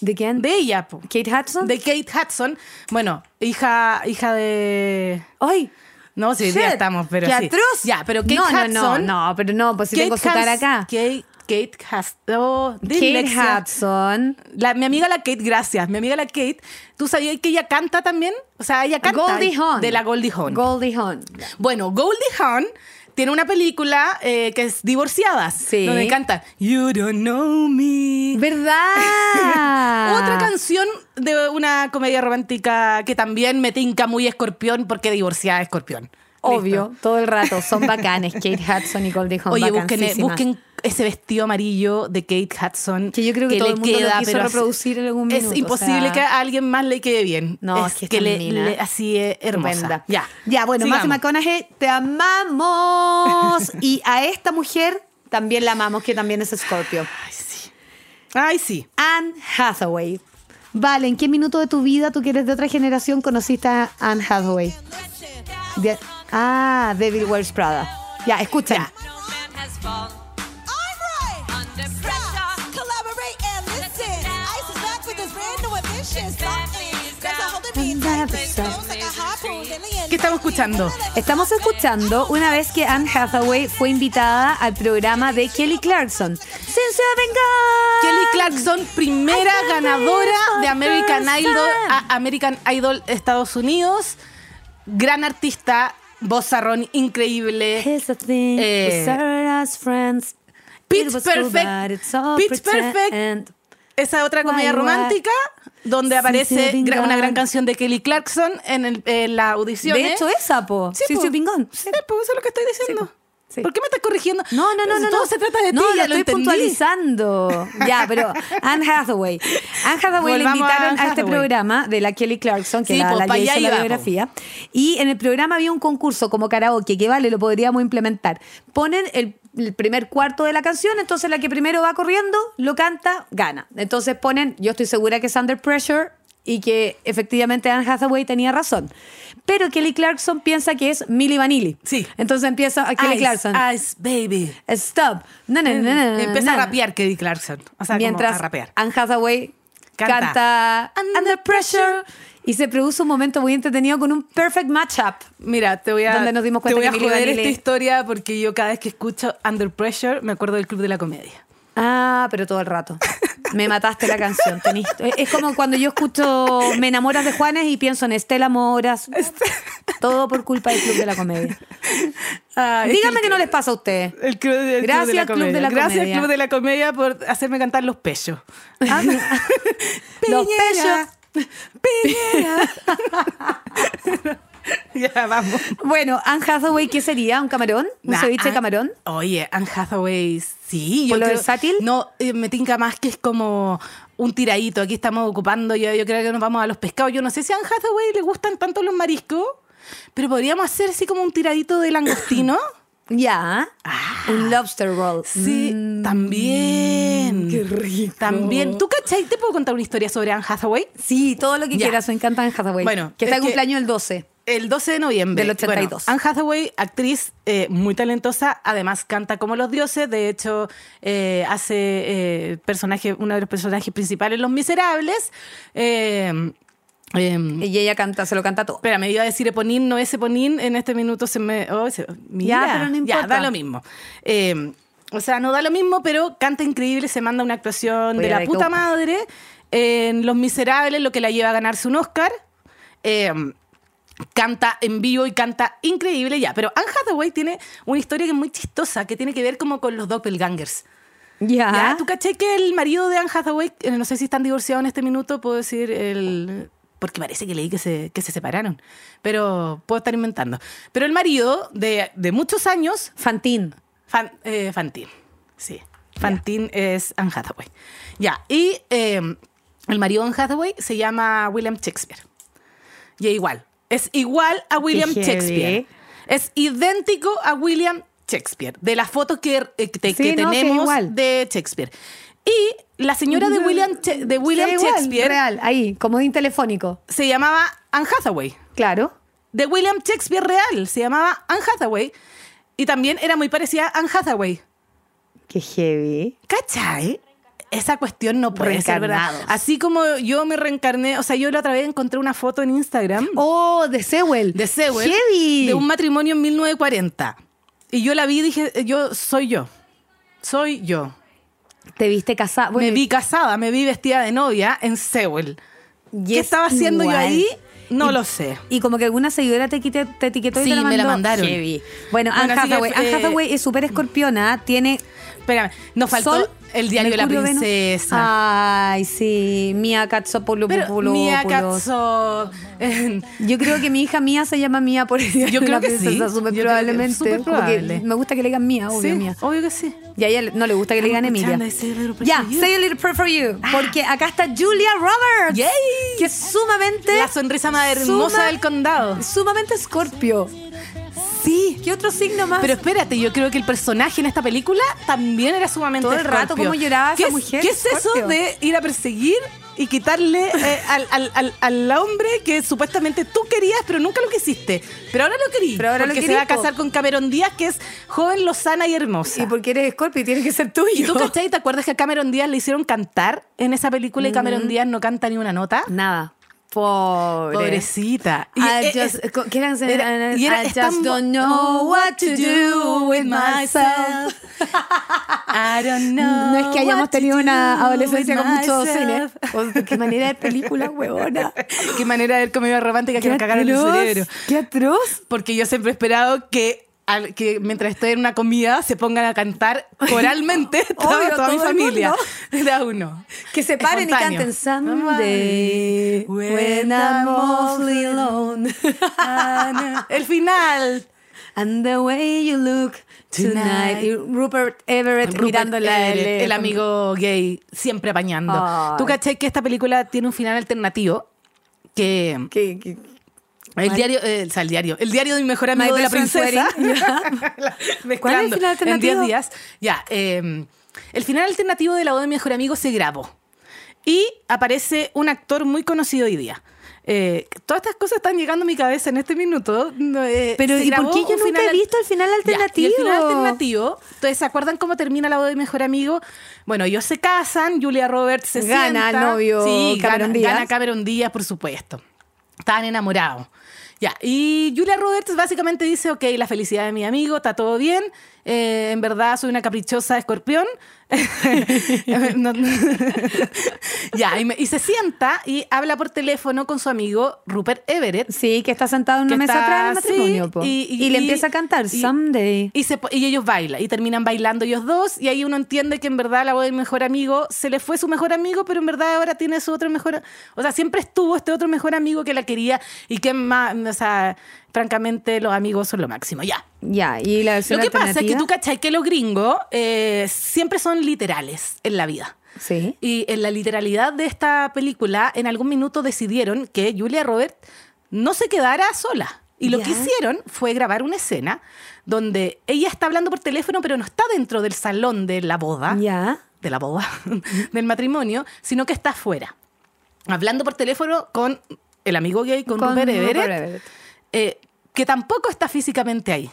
B: ¿De quién?
C: De ella, po.
B: Kate Hudson.
C: de Kate Hudson. Bueno, hija, hija de...
B: ¡Ay!
C: No, sí, hoy día
B: shit,
C: estamos, pero
B: ¡Qué
C: sí.
B: atroz!
C: Ya, pero Kate
B: no,
C: Hudson...
B: No, no, no, pero no, pues si tengo su
C: Hus-
B: cara acá.
C: Kate, Kate Hudson... oh,
B: Kate Hudson.
C: La- mi amiga la Kate, gracias. Mi amiga la Kate, ¿tú sabías que ella canta también? O sea, ella canta.
B: Goldie Hawn.
C: De la Goldie Hawn.
B: Goldie Hawn.
C: bueno, Goldie Hawn tiene una película eh, que es Divorciadas.
B: Sí.
C: Donde canta You Don't Know Me.
B: ¿Verdad?
C: Otra canción de una comedia romántica que también me tinca muy escorpión porque divorciada es escorpión.
B: Obvio,
C: Listo.
B: todo el rato. Son bacanes, Kate Hudson y Goldie Hawn.
C: Oye, busquen, e-
B: bacancísimas.
C: busquen ese vestido amarillo de Kate Hudson.
B: Que yo creo que todo
C: le
B: el mundo lo quiso
C: pero así-
B: reproducir en algún
C: Es
B: minuto,
C: imposible
B: o sea.
C: que a alguien más le quede bien.
B: No, es que esta
C: le,
B: mina-
C: le- así es hermosa.
B: Estupenda.
C: Ya,
B: Ya, bueno,
C: Sigamos.
B: Máxima McConaughey, te amamos. y a esta mujer también la amamos, que también es Scorpio.
C: Ay, sí.
B: Anne Hathaway. Vale, ¿en qué minuto de tu vida tú que eres de otra generación conociste a Anne Hathaway? De- ah, Devil Wears Prada. Ya, escuchen.
F: No man has fallen. Under pressure.
G: Collaborate and listen. Ice is back with this brand new addition. Something that's a holding me in
B: Down.
G: tight. Feels like a harpoon.
C: ¿Qué estamos escuchando?
B: Estamos escuchando una vez que Anne Hathaway fue invitada al programa de Kelly Clarkson. ¡Sin
C: Kelly Clarkson, primera
B: I can be
C: ganadora de
B: a
C: American
B: person.
C: Idol, a- American Idol Estados Unidos. Gran artista, vozarrón increíble.
B: Here's the thing,
C: Eh,
B: we started as friends.
C: Pitch
B: It was
C: Perfect.
B: but it's all
C: Pitch Perfect.
B: pretend.
C: Esa otra comedia
B: Why, why?
C: romántica donde
B: Since
C: aparece
B: you've been
C: gra- una
B: gone.
C: gran canción de Kelly Clarkson en, el- en la audición. ¿eh?
B: De hecho, esa, po.
C: Sí,
B: Sí,
C: po.
B: sí, pingón.
C: Sí, pues eso es lo que estoy diciendo.
B: Sí.
C: ¿Por qué me estás corrigiendo? Pues
B: No, no, no, no.
C: Todo
B: no.
C: se trata de
B: no,
C: ti,
B: lo
C: ya lo
B: estoy
C: entendí.
B: puntualizando. Ya, pero Anne Hathaway. Anne Hathaway
C: Volvamos
B: le invitaron
C: a
B: a,
C: Anne
B: este
C: Hathaway.
B: programa de la Kelly Clarkson, que
C: Sí,
B: la,
C: po,
B: la
C: pa'
B: que
C: allá
B: hizo la
C: iba, po.
B: biografía. Y en el programa había un concurso como karaoke, que vale, lo podríamos implementar. Ponen el, el primer cuarto de la canción, entonces la que primero va corriendo, lo canta, gana. Entonces ponen, yo estoy segura que es Under Pressure y que efectivamente Anne Hathaway tenía razón. Pero Kelly Clarkson piensa que es Millie Vanilli.
C: Sí.
B: Entonces empieza a Kelly
C: Ice,
B: Clarkson.
C: Ice, baby.
B: Stop. No, no, no, no, no,
C: Empieza
B: no.
C: a rapear Kelly Clarkson. O sea, como
B: Mientras
C: a rapear.
B: Anne Hathaway
C: Canta.
B: canta, Under Pressure y se produce un momento muy entretenido con un perfect matchup.
C: Mira, te voy a,
B: Donde nos dimos cuenta
C: te voy
B: que
C: a
B: Milli
C: joder este
B: Vanilli-
C: esta historia porque yo cada vez que escucho Under Pressure me acuerdo del Club de la Comedia.
B: Ah, pero todo el rato. Me mataste la canción. tenís- es- Es como cuando yo escucho Me enamoras de Juanes y pienso en Estela Moras.
C: Este-
B: Todo por culpa del Club de la Comedia.
C: Ah, es
B: Díganme
C: el-
B: que no les pasa a ustedes.
C: El Club de, el
B: Gracias,
C: Club de la
B: Club de
C: Comedia.
B: la
C: Gracias,
B: Comedia.
C: Club de la Comedia, por hacerme cantar los pechos. Ah,
B: Los
C: Piñera. ya, vamos.
B: Bueno, Anne Hathaway, ¿qué sería? ¿Un camarón? ¿Un
C: Nah,
B: ceviche de
C: Anne-
B: camarón?
C: Oye, Anne Hathaway, sí. yo
B: ¿Por lo
C: creo-
B: versátil?
C: No, eh, me tinca más que es como un tiradito. Aquí estamos ocupando, yo, yo creo que nos vamos a los pescados. Yo no sé si a Anne Hathaway le gustan tanto los mariscos, pero podríamos hacer así como un tiradito de langostino.
B: Ya. Un lobster roll.
C: Ah. Sí, también.
B: Mm, qué rico.
C: También. ¿Tú cachai? ¿Te puedo contar una historia sobre Anne Hathaway?
B: Sí, todo lo que
C: Ya.
B: quieras. Me encanta Anne Hathaway.
C: Bueno,
B: que está
C: es
B: de
C: que-
B: cumpleaños el 12.
C: El 12 de noviembre.
B: Del 82.
C: Bueno, Anne Hathaway, actriz eh, muy talentosa, además canta como los dioses. De hecho, eh, hace eh, personaje, uno de los personajes principales, Los Miserables. Eh, eh,
B: Y ella canta, se lo canta todo.
C: Espera, me iba a decir Eponín, no es Eponín, en este minuto se me... oh, se- mira,
B: pero no importa.
C: Ya, da lo mismo. Eh, o sea, no da lo mismo, pero canta increíble, se manda una actuación
B: Voy
C: de
B: a
C: la
B: ver
C: puta
B: cómo-
C: madre en Los Miserables, lo que la lleva a ganarse un Oscar. Eh, canta en vivo y canta increíble ya. Pero Anne Hathaway tiene una historia que es muy chistosa, que tiene que ver como con los doppelgangers.
B: Ya. ¿ah?
C: Ya, ¿Tú caché que el marido de Anne Hathaway, eh, no sé si están divorciados en este minuto, puedo decir el... Porque parece que leí que se, que se separaron, pero puedo estar inventando. Pero el marido de, de muchos años,
B: Fantín.
C: Fan- eh, Fantín, sí. Fantín es Anne Hathaway. Ya, y eh, el marido de Anne Hathaway se llama William Shakespeare. Y es igual, es igual a William
B: heavy.
C: Shakespeare. Es idéntico a William Shakespeare, de las fotos que, eh, que te-
B: Sí,
C: que
B: no, sí,
C: tenemos
B: igual.
C: de Shakespeare. Y la señora de William, Che- de William
B: Sí, igual,
C: Shakespeare
B: Real, ahí, comodín telefónico.
C: se llamaba Anne Hathaway.
B: Claro.
C: De William Shakespeare real, se llamaba Anne Hathaway. Y también era muy parecida a Anne Hathaway.
B: Qué heavy.
C: ¿Cachai? Esa cuestión no puede ser verdad.
B: Reencarnados.
C: Así como yo me reencarné, o sea, yo la otra vez encontré una foto en Instagram
B: Oh, de Sewell.
C: de Sewell,
B: Heavy.
C: de un matrimonio en 1940. Y yo la vi y dije, yo soy yo. Soy yo.
B: Te viste casada.
C: me vi casada, me vi vestida de novia en Sewell. ¿Qué estaba haciendo yo ahí? No lo sé.
B: Y como que alguna seguidora te, quite- te etiquetó y
C: Sí,
B: te la mandó.
C: me la mandaron.
B: Heavy.
C: Bueno,
B: Bueno, Anne
C: así que,
B: Hathaway. Anne
C: eh,
B: Hathaway es súper escorpiona. Tiene
C: Espérame, nos faltó
B: Sol,
C: el diario de la
B: Mercurio, Venus.
C: princesa.
B: Ay, sí. Mía Katsopoulou.
C: Pero Mia Katso, eh,
B: Yo creo que mi hija mía se llama Mía por el diario
C: Yo
B: de
C: creo
B: la
C: que sí.
B: princesa, súper
C: Yo creo que
B: probablemente.
C: súper
B: Como que
C: probable.
B: Me gusta que le digan Mía, obvio
C: sí,
B: Mía.
C: obvio que sí.
B: Y a ella no le gusta que le digan
C: Estamos
B: Emilia.
C: escuchando ese Little Prayer
B: Ya,
C: for You. Ah.
B: Say a Little Prayer for You. Porque acá está Julia Roberts.
C: Yay.
B: Que es sumamente.
C: La sonrisa más hermosa del condado.
B: Sumamente Scorpio.
C: Sí.
B: ¿Qué otro signo más?
C: Pero espérate, yo creo que el personaje en esta película también era sumamente
B: Todo el rato,
C: Scorpio.
B: cómo lloraba
C: ¿Qué
B: esa
C: es-
B: mujer,
C: ¿Qué es
B: Scorpio?
C: eso de ir a perseguir y quitarle eh, al, al- al- al hombre que supuestamente tú querías, pero nunca lo quisiste? Pero ahora lo querí.
B: Pero ahora lo
C: porque se
B: querí,
C: va a
B: po.
C: casar con Cameron Díaz, que es joven, lozana y hermosa.
B: y porque eres Scorpio, tiene que ser tuyo.
C: ¿Y tú, cachai? ¿Te acuerdas que a Cameron Díaz le hicieron cantar en esa película y Cameron Díaz no canta ni una nota?
B: Nada. Mm. Pobre.
C: Pobrecita.
B: Y, I
C: eh,
B: just,
C: es-
B: ¿Qué era?
C: era- y era-
B: I
C: es
B: just
C: tan bo-
B: don't know what to do with myself.
C: I don't know.
B: No es que hayamos
C: what to
B: tenido
C: do
B: una adolescencia con
C: with
B: mucho cine.
C: myself.
B: O, qué manera de película, huevona.
C: Qué manera de ver comedia romántica que nos cagaron el
B: atroz,
C: cerebro.
B: Qué atroz.
C: Porque yo siempre he esperado que, al- que mientras estoy en una comida se pongan a cantar coralmente toda,
B: Obvio,
C: toda mi
B: todo el
C: familia.
B: mundo.
C: Era uno.
B: Que se paren y
C: Espontáneo.
B: canten Someday when I'm awfully alone Ah,
C: El final.
B: and the way you look tonight. Y Rupert Everett
C: Rupert
B: mirando la-
C: Everett,
B: la-
C: el amigo gay, siempre apañando.
B: Ay.
C: ¿Tú caché que esta película tiene un final alternativo? Que
B: que- que-
C: el diario, eh, o sea, el diario, el diario de mi mejor
B: My
C: amigo de la
B: best friend's
C: princesa.
B: wedding.
C: Mezclando
B: ¿Cuál es el final
C: En 10
B: alternativo?
C: días. Ya, eh, el final alternativo de la boda de mi mejor amigo se grabó. Y aparece un actor muy conocido hoy día. Eh, todas estas cosas están llegando a mi cabeza en este minuto. No, eh,
B: Pero,
C: se
B: ¿y por
C: grabó
B: qué yo
C: un
B: nunca he
C: al-
B: visto el final
C: Ya, y el final
B: alternativo?
C: alternativo, entonces, ¿se acuerdan cómo termina la boda de mi mejor amigo? Bueno, ellos se casan, Julia Roberts se
B: Gana
C: sienta.
B: novio
C: Sí,
B: Cameron
C: gana,
B: Díaz.
C: gana Cameron Díaz, por supuesto. Estaban enamorados. Ya, y Julia Roberts básicamente dice, ok, la felicidad de mi amigo, está todo bien, eh, en verdad soy una caprichosa escorpión. No- ya, y, me- y se sienta y habla por teléfono con su amigo Rupert Everett,
B: Sí, que está sentado en una
C: que
B: mesa
C: está
B: atrás del
C: así,
B: matrimonio. po.
C: y- y-
B: le
C: y-
B: empieza a cantar
C: y-
B: Someday.
C: y, se po- y ellos bailan y terminan bailando ellos dos y ahí uno entiende que en verdad la voz del mejor amigo se le fue su mejor amigo, pero en verdad ahora tiene su otro mejor, o sea, siempre estuvo este otro mejor amigo que la quería y que más, o sea, francamente los amigos son lo máximo, ya.
B: Ya, y la versión
C: Lo que pasa es que
B: alternativa?
C: tú cachai que los gringos eh, siempre son literales en la vida.
B: Sí.
C: Y en la literalidad de esta película, en algún minuto decidieron que Julia Roberts no se quedara sola. Y lo que
B: Ya.
C: hicieron fue grabar una escena donde ella está hablando por teléfono, pero no está dentro del salón de la boda
B: Ya.
C: de la boda, del matrimonio, sino que está afuera, hablando por teléfono con el amigo gay, con, Rupert Everett,
B: Rupert Everett.
C: eh, que tampoco está físicamente ahí.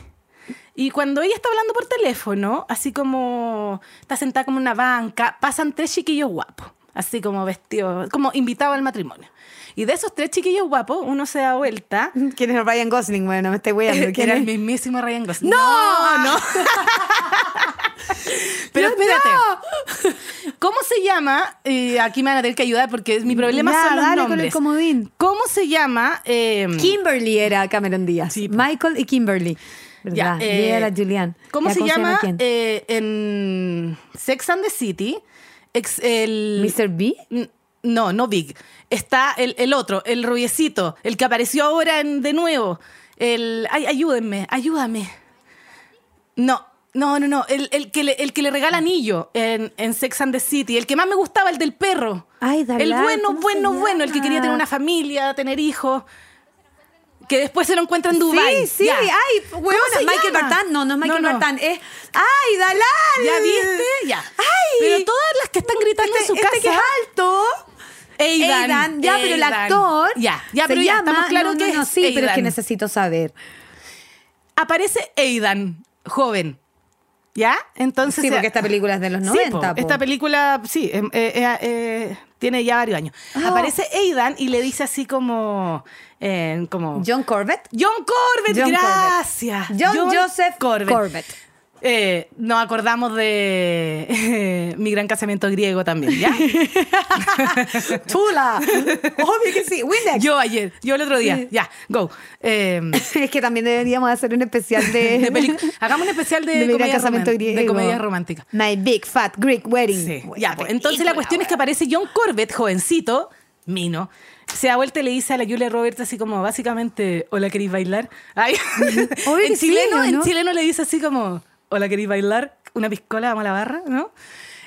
C: Y cuando ella está hablando por teléfono, así como está sentada como en una banca, pasan tres chiquillos guapos, así como vestidos, como invitados al matrimonio. Y de esos tres chiquillos guapos, uno se da vuelta. eh,
B: ¿Quién es Ryan Gosling? Bueno, me estoy weando. ¿Quién
C: Era el
B: es?
C: mismísimo Ryan Gosling.
B: Eh, ¡No!
C: no. Pero
B: ¡No!
C: espérate. ¿Cómo se llama? Eh, aquí me van a tener que ayudar porque mi problema
B: Ya,
C: son los
B: dale con el
C: nombres.
B: comodín.
C: ¿Cómo se llama? Eh,
B: Kimberly era Cameron Díaz.
C: Sí, po.
B: Michael y Kimberly.
C: ya,
B: ¿Verdad? y
C: eh,
B: era Julian.
C: ¿Cómo
B: Ya,
C: se llama
B: quién?
C: eh, en Sex and the City? Ex- el,
B: ¿Mr. B?
C: N- No, no Big. Está el, el otro, el rubiecito, el que apareció ahora en- de nuevo. El, ay, ayúdenme, ayúdame. No, no, no, no. El, el que, le, el que le regala anillo en, en Sex and the City. El que más me gustaba, el del perro.
B: Ay, Dalai,
C: El bueno,
B: ¿cómo se
C: bueno, bueno. El que quería tener
B: llama?
C: una familia, tener hijos. Que después se lo encuentra en Dubái.
B: Sí, sí.
C: Ya.
B: Ay,
C: ¿Cómo
B: huevona.
C: se
B: Michael
C: llama?
B: Bartán. No, no es Michael
C: No, no.
B: Bartán. Es. ¡Ay, Dalal!
C: ¿Ya viste? Ya.
B: ¡Ay!
C: Pero todas las que están gritando en su
B: este
C: casa.
B: que es alto.
C: Aidan,
B: Aidan, ya, pero el
C: Aidan.
B: actor.
C: Ya, ya, pero
B: se
C: ya,
B: llama-
C: estamos claros
B: no,
C: que
B: no, no,
C: es
B: sí, pero es que
C: Aidan.
B: necesito saber.
C: aparece Aidan, joven. ¿Ya? Entonces.
B: Sí,
C: eh,
B: porque esta película es de los
C: sí,
B: 90.
C: po,
B: po.
C: esta película, sí, eh, eh, eh, tiene ya varios años.
B: Ah.
C: Aparece Aidan y le dice así como. eh, como
B: John Corbett.
C: John Corbett,
B: John Corbett.
C: gracias.
B: John, Joseph Corbett.
C: Eh, nos acordamos de eh, mi gran casamiento griego también, ¿ya?
B: ¡Chula! Obvio que sí. Windex.
C: yo ayer, yo el otro día,
B: Sí.
C: ya, go. Eh,
B: Es que también deberíamos hacer un especial de,
C: de pelic- Hagamos un especial de,
B: Eh. de mi gran
C: comedia
B: casamiento
C: roman-
B: griego.
C: de comedia romántica.
B: My Big Fat Greek Wedding.
C: Sí,
B: Buena
C: ya, pues, entonces la
B: película,
C: cuestión es que
B: weón.
C: aparece John Corbett, jovencito, mino, se da vuelta y le dice a la Julia Roberts así como básicamente, hola, ¿queréis bailar? Ay.
B: Obvio que
C: en,
B: sí,
C: chileno,
B: ¿o
C: en
B: no?
C: chileno le dice así como, hola, ¿queréis bailar? Una piscola, vamos a la barra, ¿no?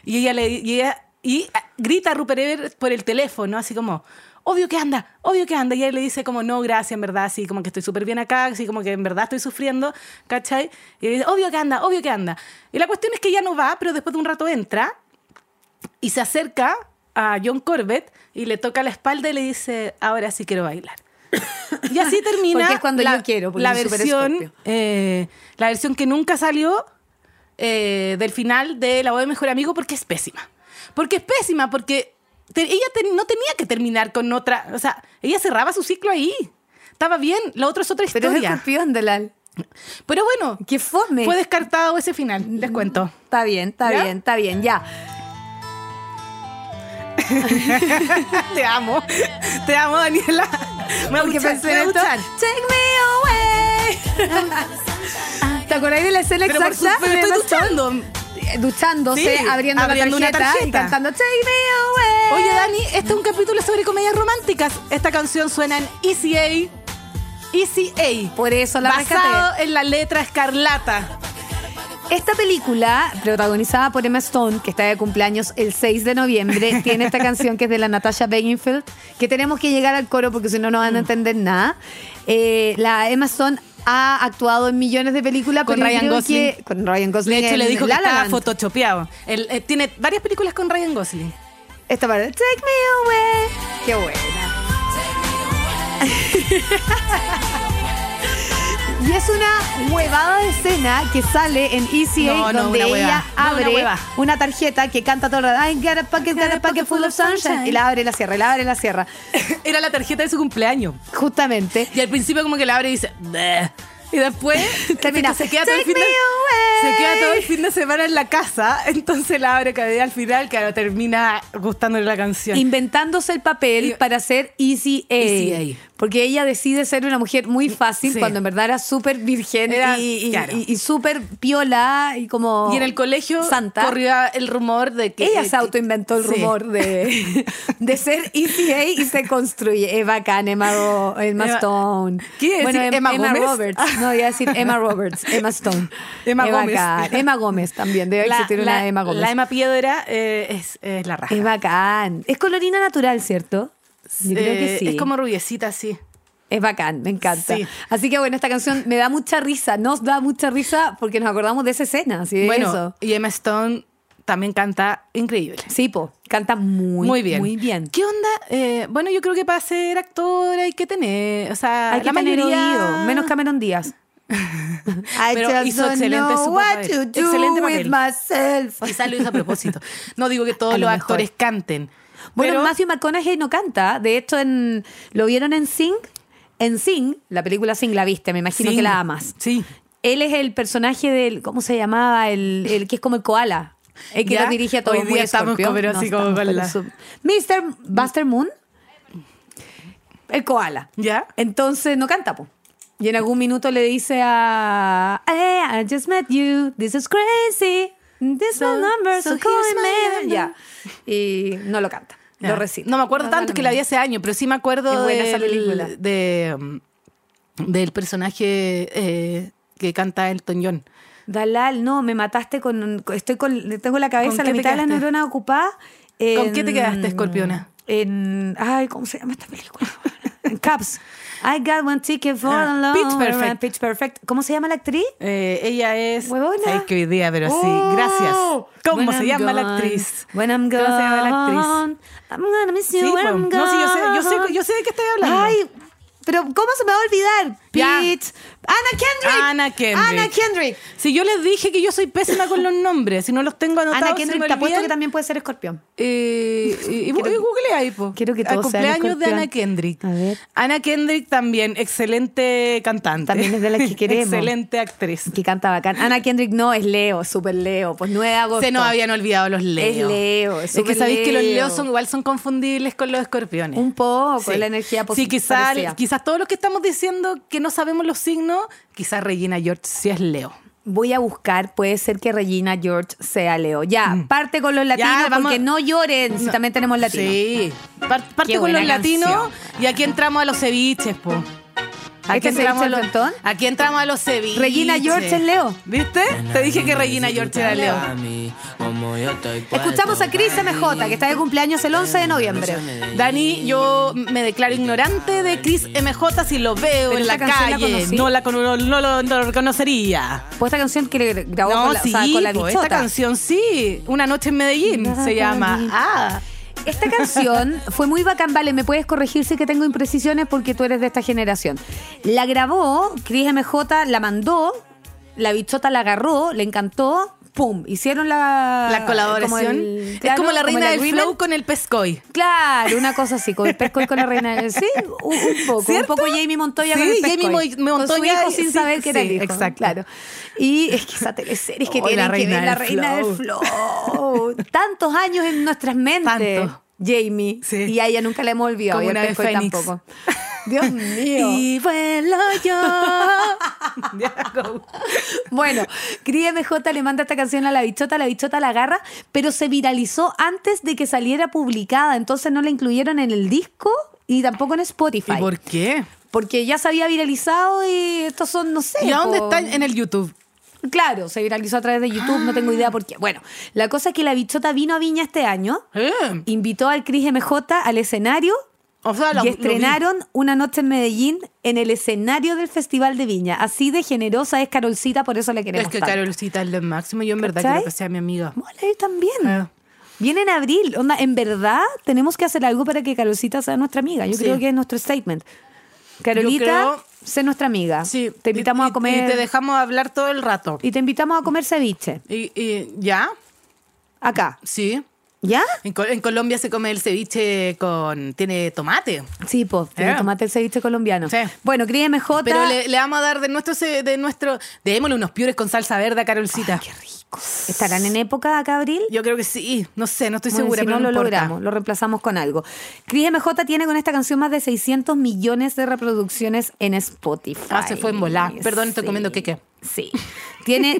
C: Y ella le y ella- y ah, grita a Rupert Everett por el teléfono, así como, obvio que anda, obvio que anda. Y él le dice como, no, gracias, en verdad, así como que estoy súper bien acá, así como que en verdad estoy sufriendo, ¿cachai? Y ella dice, obvio que anda, obvio que anda. Y la cuestión es que ella no va, pero después de un rato entra y se acerca a John Corbett y le toca la espalda y le dice, ahora sí quiero bailar. Y así termina
B: Porque es cuando
C: la,
B: yo quiero, porque
C: la,
B: soy súper
C: versión,
B: escorpio.
C: eh, la versión que nunca salió eh, del final de La voz de Mejor Amigo porque es pésima. Porque es pésima, porque te- ella te- no tenía que terminar con otra, o sea, ella cerraba su ciclo ahí. Estaba bien, la otra es otra
B: Pero es
C: historia.
B: escorpión, Dalal.
C: Pero bueno,
B: ¡Qué fome!
C: fue descartado ese final, les cuento.
B: Está bien, está
C: ¿Ya?
B: bien, está bien, ya.
C: Te amo, te amo, Daniela. Me
B: Porque
C: abuchan,
B: pensé
C: me
B: esto.
C: abuchan.
B: Take me away. ¿Te acordáis de la escena
C: Pero por
B: exacta?
C: su- pero
B: de
C: estoy
B: Emma Stone?
C: duchando.
B: Eh, Duchándose,
C: Sí,
B: abriendo,
C: abriendo
B: la
C: una
B: tarjeta, y
C: tarjeta.
B: cantando Take me away.
C: Oye, Dani, este es un capítulo sobre comedias románticas. Esta canción suena en Easy A. Easy A.
B: Por eso la
C: basado
B: rescaté.
C: en la letra escarlata.
B: Esta película, protagonizada por Emma Stone, que está de cumpleaños el 6 de noviembre, tiene esta canción que es de la Natasha Beginfield, que tenemos que llegar al coro porque si no, no
C: Mm.
B: van a entender nada. Eh, la Emma Stone ha actuado en millones de películas
C: Con
B: pero yo
C: Ryan
B: creo
C: Gosling.
B: que- con Ryan
C: De
B: Gosling.
C: hecho, le
B: en
C: dijo
B: La
C: que
B: La
C: estaba
B: Land.
C: photoshopeado. Él, eh, tiene varias películas con Ryan Gosling.
B: Esta parte, Take me away. Qué buena. Y es una huevada de escena que sale en ECA
C: No, no,
B: donde
C: una hueva.
B: ella
C: No, una
B: abre
C: hueva.
B: una tarjeta que canta todo el rato, I got a pocket, got a pocket full of sunshine. Y la abre y la cierra, y la abre y la cierra.
C: Era la tarjeta de su cumpleaños.
B: Justamente.
C: Y al principio como que la abre y dice... "Bleh". Y después este,
B: Termina,
C: se queda, todo el
B: "Take
C: fin de,
B: me away".
C: se queda todo el fin de semana en la casa. Entonces la abre cada día al final, claro, termina gustándole la canción. E
B: Inventándose el papel para hacer ECA.
C: ECA.
B: E Porque ella decide ser una mujer muy fácil
C: Mm, Sí.
B: cuando en verdad era súper virgen
C: Era-
B: y, y-
C: claro.
B: y- y súper piola y como.
C: Y en el colegio
B: Oh, Santa.
C: corría el rumor de que. eh,
B: Ella
C: que-
B: se autoinventó el
C: Sí.
B: rumor de, de ser ECA y se construye. Es bacán, Emma, Ro- Emma
C: Emma-
B: Stone.
C: ¿Qué iba a
B: bueno, Em,
C: decir?
B: Emma,
C: ¿Emma
B: Emma
C: Gómez?
B: Roberts. No, iba a decir Emma Roberts, Emma Stone.
C: Emma
B: Es
C: Gómez.
B: bacán. Emma Gómez también, debe existir una Emma Gómez.
C: La Emma Piedra eh, es, es la raja.
B: es bacán. Es colorina natural, ¿cierto? Yo creo que
C: Eh,
B: sí.
C: Es como rubiecita, sí.
B: Es bacán, me encanta.
C: Sí.
B: Así que bueno, esta canción me da mucha risa, nos da mucha risa porque nos acordamos de esa escena, así de
C: bueno,
B: eso.
C: y Emma Stone también canta increíble.
B: Sí, po, canta muy,
C: Muy bien.
B: Muy bien.
C: ¿Qué onda? Eh, bueno, yo creo que para ser actor hay que tener, o sea,
B: Hay que
C: Ah, la
B: tener
C: mayoría-
B: oído, menos Cameron Díaz. I
C: Pero
B: just
C: hizo
B: don't
C: excelente
B: know
C: su
B: what
C: papel.
B: to do
C: Excelente papel.
B: with myself.
C: Quizá lo hizo a propósito. No digo que todos
B: A lo
C: los
B: mejor.
C: actores canten.
B: Bueno,
C: pero-
B: Matthew McConaughey no canta. De hecho, en, lo vieron en Sing. En Sing, la película Sing la viste, me imagino
C: Sí.
B: que la amas.
C: Sí.
B: Él es el personaje del, ¿cómo se llamaba? El, el que es como el koala. El que
C: Ya.
B: los dirige a todos.
C: Hoy día
B: muy
C: estamos
B: escorpio.
C: como- pero así como
B: estamos,
C: con
B: pero
C: la-
B: sub- Mr. Buster Moon. El koala.
C: ¿Ya?
B: Entonces no canta, po. Y en algún minuto le dice a... Hey, I just met you. This is crazy. This is my
C: So-
B: number.
C: so
B: So, call
C: here's
B: me
C: my
B: maybe.
C: number.
B: Ya. Y no lo canta.
C: Ya.
B: Lo recita.
C: No me acuerdo tanto que la vi hace año, pero sí me acuerdo
B: Es buena esa
C: del-
B: película.
C: de, um, del personaje eh, que canta Elton John.
B: Dalal, no, me mataste con. con- Estoy con. Tengo la cabeza,
C: ¿Con
B: la
C: qué te
B: mitad de la
C: quedaste?
B: neurona ocupada.
C: ¿Con
B: en-
C: qué te quedaste, Escorpiona?
B: En. Ay, ¿cómo se llama esta película? en Caps. I got one ticket for
C: Ah,
B: the long
C: Pitch
B: run.
C: Perfect.
B: Pitch Perfect. ¿cómo se llama la actriz?
C: Eh, ella es.
B: Huevona.
C: Sabes que hoy día, pero
B: Oh,
C: sí. Gracias. ¿Cómo
B: when
C: se
B: I'm
C: llama la
B: gone,
C: actriz?
B: When I'm
C: ¿Cómo se llama la actriz?
B: gone, I'm gonna miss you
C: Sí,
B: when
C: bueno.
B: I'm
C: No, sí, yo sé, yo sé,
B: gone.
C: yo sé de qué estoy hablando.
B: Ay, pero ¿cómo se me va a olvidar?
C: Ya.
B: Pitch. Ana Kendrick.
C: Ana Kendrick.
B: Ana Kendrick.
C: Si yo les dije que yo soy pésima con los nombres, si no los tengo anotados, se
B: Ana
C: me
B: Kendrick, te apuesto
C: olvidan.
B: que también puede ser escorpión.
C: Eh, y, y- y google ahí, po.
B: quiero que
C: Al
B: todos sean
C: cumpleaños de
B: escorpión.
C: Ana Kendrick.
B: A ver.
C: Ana Kendrick también, excelente cantante.
B: También es de las que queremos.
C: excelente actriz.
B: Que canta bacán. Ana Kendrick no, es Leo, súper Leo. Pues 9 de agosto.
C: Se nos habían olvidado los Leo.
B: Es Leo,
C: Es,
B: es
C: que
B: súper
C: sabéis que los
B: Leo.
C: Leo son, igual son confundibles con los escorpiones.
B: Un poco,
C: Sí.
B: la energía
C: Sí,
B: positiva.
C: quizás quizás todos los que estamos diciendo que no sabemos los signos, quizás Regina George sí es Leo.
B: Voy a buscar, puede ser que Regina George sea Leo. Ya, parte con los latinos
C: Mm. vamos-
B: porque no lloren si también tenemos latinos.
C: Sí. Par- parte
B: Qué
C: con
B: buena
C: los latinos
B: canción.
C: y aquí entramos a los ceviches, po.
B: ¿Este ceviche
C: entramos a
B: del
C: los-
B: Frontón?
C: Aquí entramos a los ceviches.
B: Regina George es Leo.
C: ¿Viste? Te dije que Regina George era Leo.
B: Escuchamos a Cris MJ, que está de cumpleaños el 11 de noviembre.
C: Dani, yo me declaro ignorante de Chris MJ si lo veo
B: Pero
C: en la
B: esa canción la
C: calle.
B: conocí.
C: no la con- no, no lo no lo reconocería.
B: Pues esta canción que le grabó
C: No,
B: con la, o
C: sí,
B: sea, con la
C: po,
B: bichota.
C: esta canción sí. Una noche en Medellín se llama. Ah,
B: Esta canción fue muy bacán, vale, me puedes corregir si que tengo imprecisiones porque tú eres de esta generación. La grabó, Cris MJ la mandó, la bichota la agarró, le encantó, ¡pum! Hicieron la...
C: la colaboración.
B: como el-
C: es
B: claro,
C: como la
B: Ah, como
C: reina
B: el
C: del
B: agreement.
C: flow con el pescoy.
B: Claro, una cosa así, con el pesco y con la reina del... Sí, un, un poco,
C: ¿Cierto?
B: un poco Jamie Montoya con
C: Sí,
B: el pesco.
C: Jamie Mo-
B: Con su
C: Montoya,
B: hijo sin
C: sí,
B: saber que era el
C: sí,
B: hijo.
C: exacto.
B: Claro. Y es que esa teleserie es que
C: Oh,
B: tiene
C: la
B: que ver la
C: reina del
B: reina del flow. Tantos años en nuestras mentes.
C: Tanto.
B: Jamie.
C: Sí.
B: Y a ella nunca la hemos olvidado.
C: Como
B: y al
C: una ave
B: Pesco
C: fénix.
B: tampoco. Dios mío.
C: Y
B: vuelo yo.
C: Ya, como-
B: Bueno, Cris MJ le manda esta canción a la bichota, la bichota la agarra, pero se viralizó antes de que saliera publicada, entonces no la incluyeron en el disco y tampoco en Spotify.
C: ¿Y por qué?
B: Porque ya se había viralizado y estos son, no sé.
C: ¿Y a dónde
B: po-
C: está en Ah. el YouTube?
B: Claro, se viralizó a través de YouTube, no tengo idea por qué. Bueno, la cosa es que la bichota vino a Viña este año,
C: Eh,
B: invitó al Cris MJ al escenario
C: o sea, Ah, lo- lo
B: y
C: vi.
B: estrenaron Una Noche en Medellín en el escenario del Festival de Viña. Así de generosa es Carolcita, por eso la queremos
C: Es que
B: tanto.
C: Carolcita es lo máximo. Yo en verdad
B: ¿Cachai?
C: quiero que sea mi amiga.
B: Vamos a leer también.
C: Ah.
B: Viene en abril. Onda, en verdad tenemos que hacer algo para que Carolcita sea nuestra amiga. Yo
C: Sí.
B: creo que es nuestro statement. Carolita,
C: creo-
B: sé nuestra amiga.
C: Sí.
B: Te invitamos
C: Y-
B: a comer.
C: Y te dejamos hablar todo el rato.
B: y te invitamos a comer ceviche.
C: Y, y- ya,
B: Acá.
C: sí.
B: ¿Ya?
C: En, Col- en Colombia se come el ceviche con. tiene tomate.
B: Sí, pues, tiene
C: Yeah.
B: tomate el ceviche colombiano.
C: Eh. Sí.
B: Bueno, cría MJ.
C: Pero le, le vamos a dar de nuestro. ce- de nuestro Démosle unos piures con salsa verde a Carolcita.
B: Qué rico. ¿Estarán en época acá, Abril?
C: Yo creo que sí. No sé, no estoy
B: Bueno,
C: segura,
B: si
C: pero
B: no,
C: no,
B: lo
C: importa.
B: logramos, lo reemplazamos con algo. Cris MJ tiene con esta canción más de 600 millones de reproducciones en Spotify.
C: Ah, se fue en volá. Perdón, estoy comiendo queque.
B: Sí. Tiene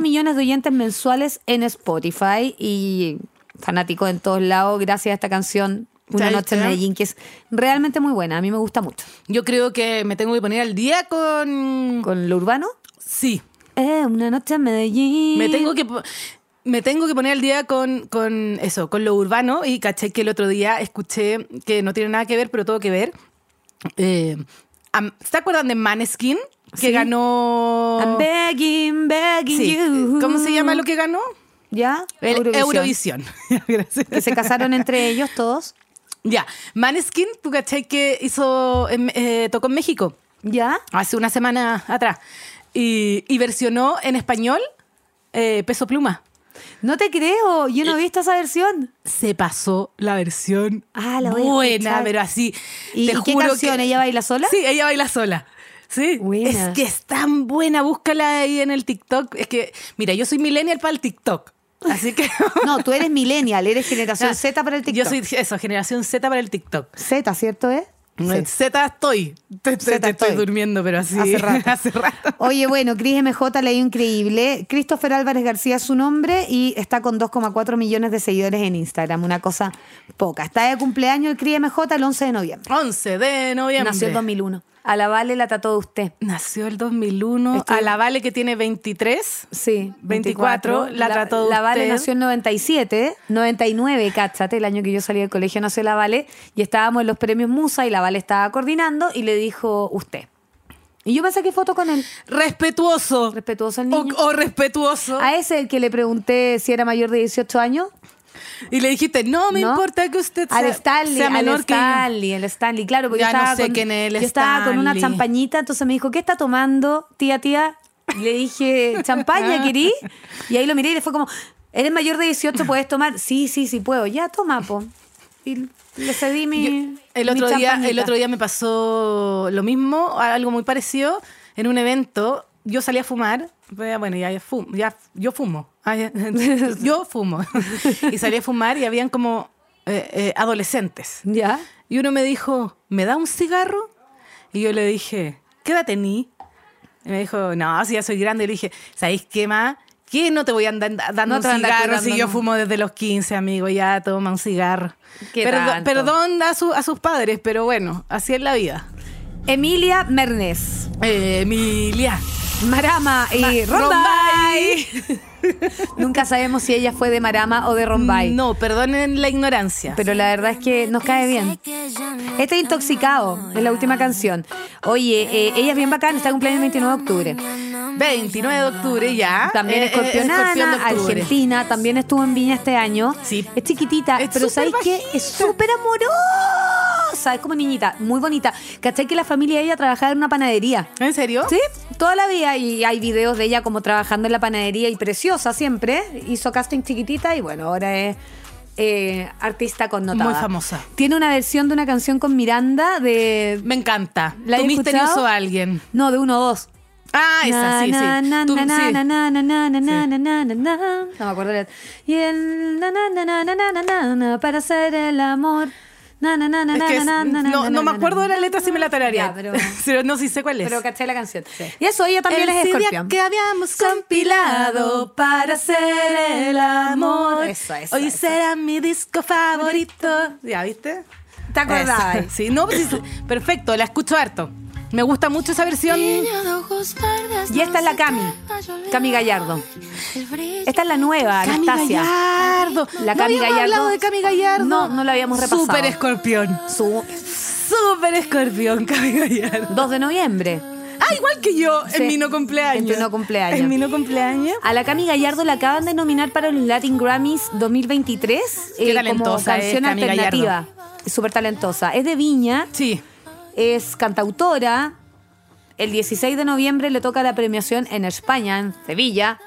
B: millones de oyentes mensuales en Spotify y fanático en todos lados gracias a esta canción Una
C: ¿Sabes
B: noche en
C: qué?
B: Medellín que es realmente muy buena. A mí me gusta mucho.
C: Yo creo que me tengo que poner al día con.
B: Con lo urbano,
C: Sí.
B: eh, Una noche en Medellín.
C: Me tengo que. po- Me tengo que poner al día con, con eso, con lo urbano. Y caché que el otro día escuché que no tiene nada que ver, pero todo que ver. Eh, am- ¿Se acuerdan de Maneskin? Que
B: Sí.
C: ganó.
B: I'm begging, begging
C: Sí.
B: you.
C: ¿Cómo se llama lo que ganó?
B: ¿Ya?
C: El
B: Eurovisión.
C: Eurovisión. Gracias.
B: Que se casaron entre ellos todos.
C: Ya. Maneskin, ¿tú cachai que hizo. en- eh, tocó en México?
B: ¿Ya?
C: hace una semana atrás y, y versionó en español eh, Peso Pluma.
B: No te creo, yo no he visto esa versión.
C: Se pasó la versión
B: Ah, la voy a
C: buena,
B: escuchar.
C: pero así.
B: ¿Y-
C: te
B: y qué
C: juro
B: canción?
C: que-
B: ¿Ella baila sola?
C: Sí, ella baila sola. Sí,
B: Buena.
C: es que es tan buena, búscala ahí en el TikTok. Es que, mira, yo soy millennial para el TikTok. Así que.
B: No, tú eres millennial, eres generación Z para el TikTok.
C: Yo soy eso, generación Z para el TikTok.
B: Z, ¿cierto, eh? Sí.
C: Z estoy. Te, te-
B: Zeta
C: te estoy.
B: estoy.
C: durmiendo, pero así.
B: Hace rato.
C: hace rato.
B: Oye, bueno, Cris MJ leí increíble. Christopher Álvarez García es su nombre y está con 2,4 millones de seguidores en Instagram, una cosa poca. Está de cumpleaños el Cris MJ el 11 de noviembre.
C: 11 de noviembre.
B: Nació en 2001. A la Vale la trató de usted.
C: Nació el 2001.
B: Estoy-
C: A la Vale que tiene 23.
B: Sí,
C: 24, la trató de
B: La Vale
C: usted.
B: nació en 97, 99, cáchate, el año que yo salí del colegio nació la Vale y estábamos en los premios Musa y la Vale estaba coordinando y le dijo usted. Y yo me saqué foto con él,
C: Respetuoso.
B: respetuoso el
C: o,
B: niño.
C: o respetuoso.
B: A ese el que le pregunté si era mayor de 18 años.
C: Y le dijiste, no me
B: ¿no?
C: importa que usted sea,
B: al Stanley,
C: sea menor
B: al
C: que yo".
B: Stanley, el Stanley, claro, porque
C: Ya
B: yo
C: no
B: estaba,
C: sé
B: con,
C: quién es el
B: yo estaba con una
C: Stanley.
B: champañita, entonces me dijo, ¿qué está tomando, tía, tía? Y le dije, champaña, querí. Y ahí lo miré y le fue como, ¿eres mayor de 18, puedes tomar? Sí, sí, sí, puedo. Ya, toma, po. Y le cedí mi.
C: Yo- el,
B: mi
C: otro día, el
B: champañita.
C: otro día me pasó lo mismo, algo muy parecido, en un evento. Yo salí a fumar, bueno, ya, fu- ya- yo fumo, Ah, ya. yo fumo. Y salí a fumar y habían como eh, eh, adolescentes.
B: ¿Ya?
C: Y uno me dijo, ¿me da un cigarro? Y yo le dije, ¿qué edad tení? Y me dijo, no, si ya soy grande. Y le dije, ¿sabéis qué más? ¿Qué no te voy a andar dando
B: No
C: un
B: te voy a andar
C: cigarro
B: cuidando,
C: si yo
B: no.
C: fumo desde los 15, amigo? Ya toma un cigarro.
B: ¿Qué
C: Perdo-
B: tanto?
C: Perdón a, su- a sus padres, pero bueno, así es la vida.
B: Emilia Mernes,
C: Emilia.
B: Marama y
C: Ma-
B: Rombay. Nunca sabemos si ella fue de Marama o de Rombay.
C: No, perdonen la ignorancia.
B: Pero la verdad es que nos cae bien. Este es Intoxicado es la última canción. Oye, eh, ella es bien bacana, está de cumpleaños el 29 de octubre.
C: 29 de octubre ya.
B: También
C: Eh, eh, escorpión
B: escorpionana,
C: de octubre.
B: argentina, también estuvo en Viña este año.
C: Sí.
B: Es chiquitita,
C: Es
B: pero
C: súper
B: ¿sabes qué?
C: bajita.
B: Es súper amorosa, es como niñita, muy bonita. ¿Cachai que la familia de ella trabajaba en una panadería?
C: ¿En serio?
B: Sí, toda la vida y hay videos de ella como trabajando en la panadería y preciosa siempre. Hizo casting chiquitita y bueno, ahora es eh, artista connotada.
C: Muy famosa.
B: Tiene una versión de una canción con Miranda de...
C: Me encanta.
B: ¿La
C: ¿Tú
B: has escuchado?
C: misterioso a alguien?
B: No, de uno o dos.
C: Ah, esa, sí,
B: Na,
C: sí.
B: na,
C: Tú-
B: na, na,
C: sí.
B: na, na, na, na, na, na, na, na, na. No me acuerdo la letra. Y el na, na, na, na, na, na, na, na, na, para hacer el amor. Na, na, na, na,
C: Es
B: na,
C: que es-
B: na, na, na,
C: no,
B: na,
C: no me
B: na,
C: acuerdo de
B: na.
C: la letra si me la tararía.
B: Ya, pero-
C: pero, no sí sé cuál es.
B: Pero caché la canción. Y eso, ella
C: El
B: también es
C: CD
B: escorpión.
C: que habíamos compilado para hacer el amor.
B: Eso, eso,
C: Hoy
B: eso.
C: será mi disco favorito. ¿Ya viste?
B: ¿Te acordás?
C: Eso. Sí, no, pues sí, perfecto, la escucho harto. Me gusta mucho esa versión.
B: Y esta es la Cami, Cami Gallardo. Esta es la nueva,
C: Cami
B: Anastasia.
C: Gallardo.
B: La
C: ¿No
B: Cami
C: habíamos
B: Gallardo.
C: hablado de Cami Gallardo?
B: No, no la habíamos repasado.
C: Super escorpión.
B: Su-
C: Super escorpión, Cami Gallardo.
B: 2 de noviembre.
C: Ah, igual que yo,
B: Sí,
C: en mi no cumpleaños.
B: en tu no cumpleaños.
C: En mi no cumpleaños.
B: A la Cami Gallardo la acaban de nominar para los Latin Grammys 2023
C: Qué
B: eh, como
C: talentosa es
B: canción
C: Cami
B: alternativa. Súper talentosa. Es de Viña,
C: Sí.
B: es cantautora. El 16 de noviembre le toca la premiación en España, en Sevilla.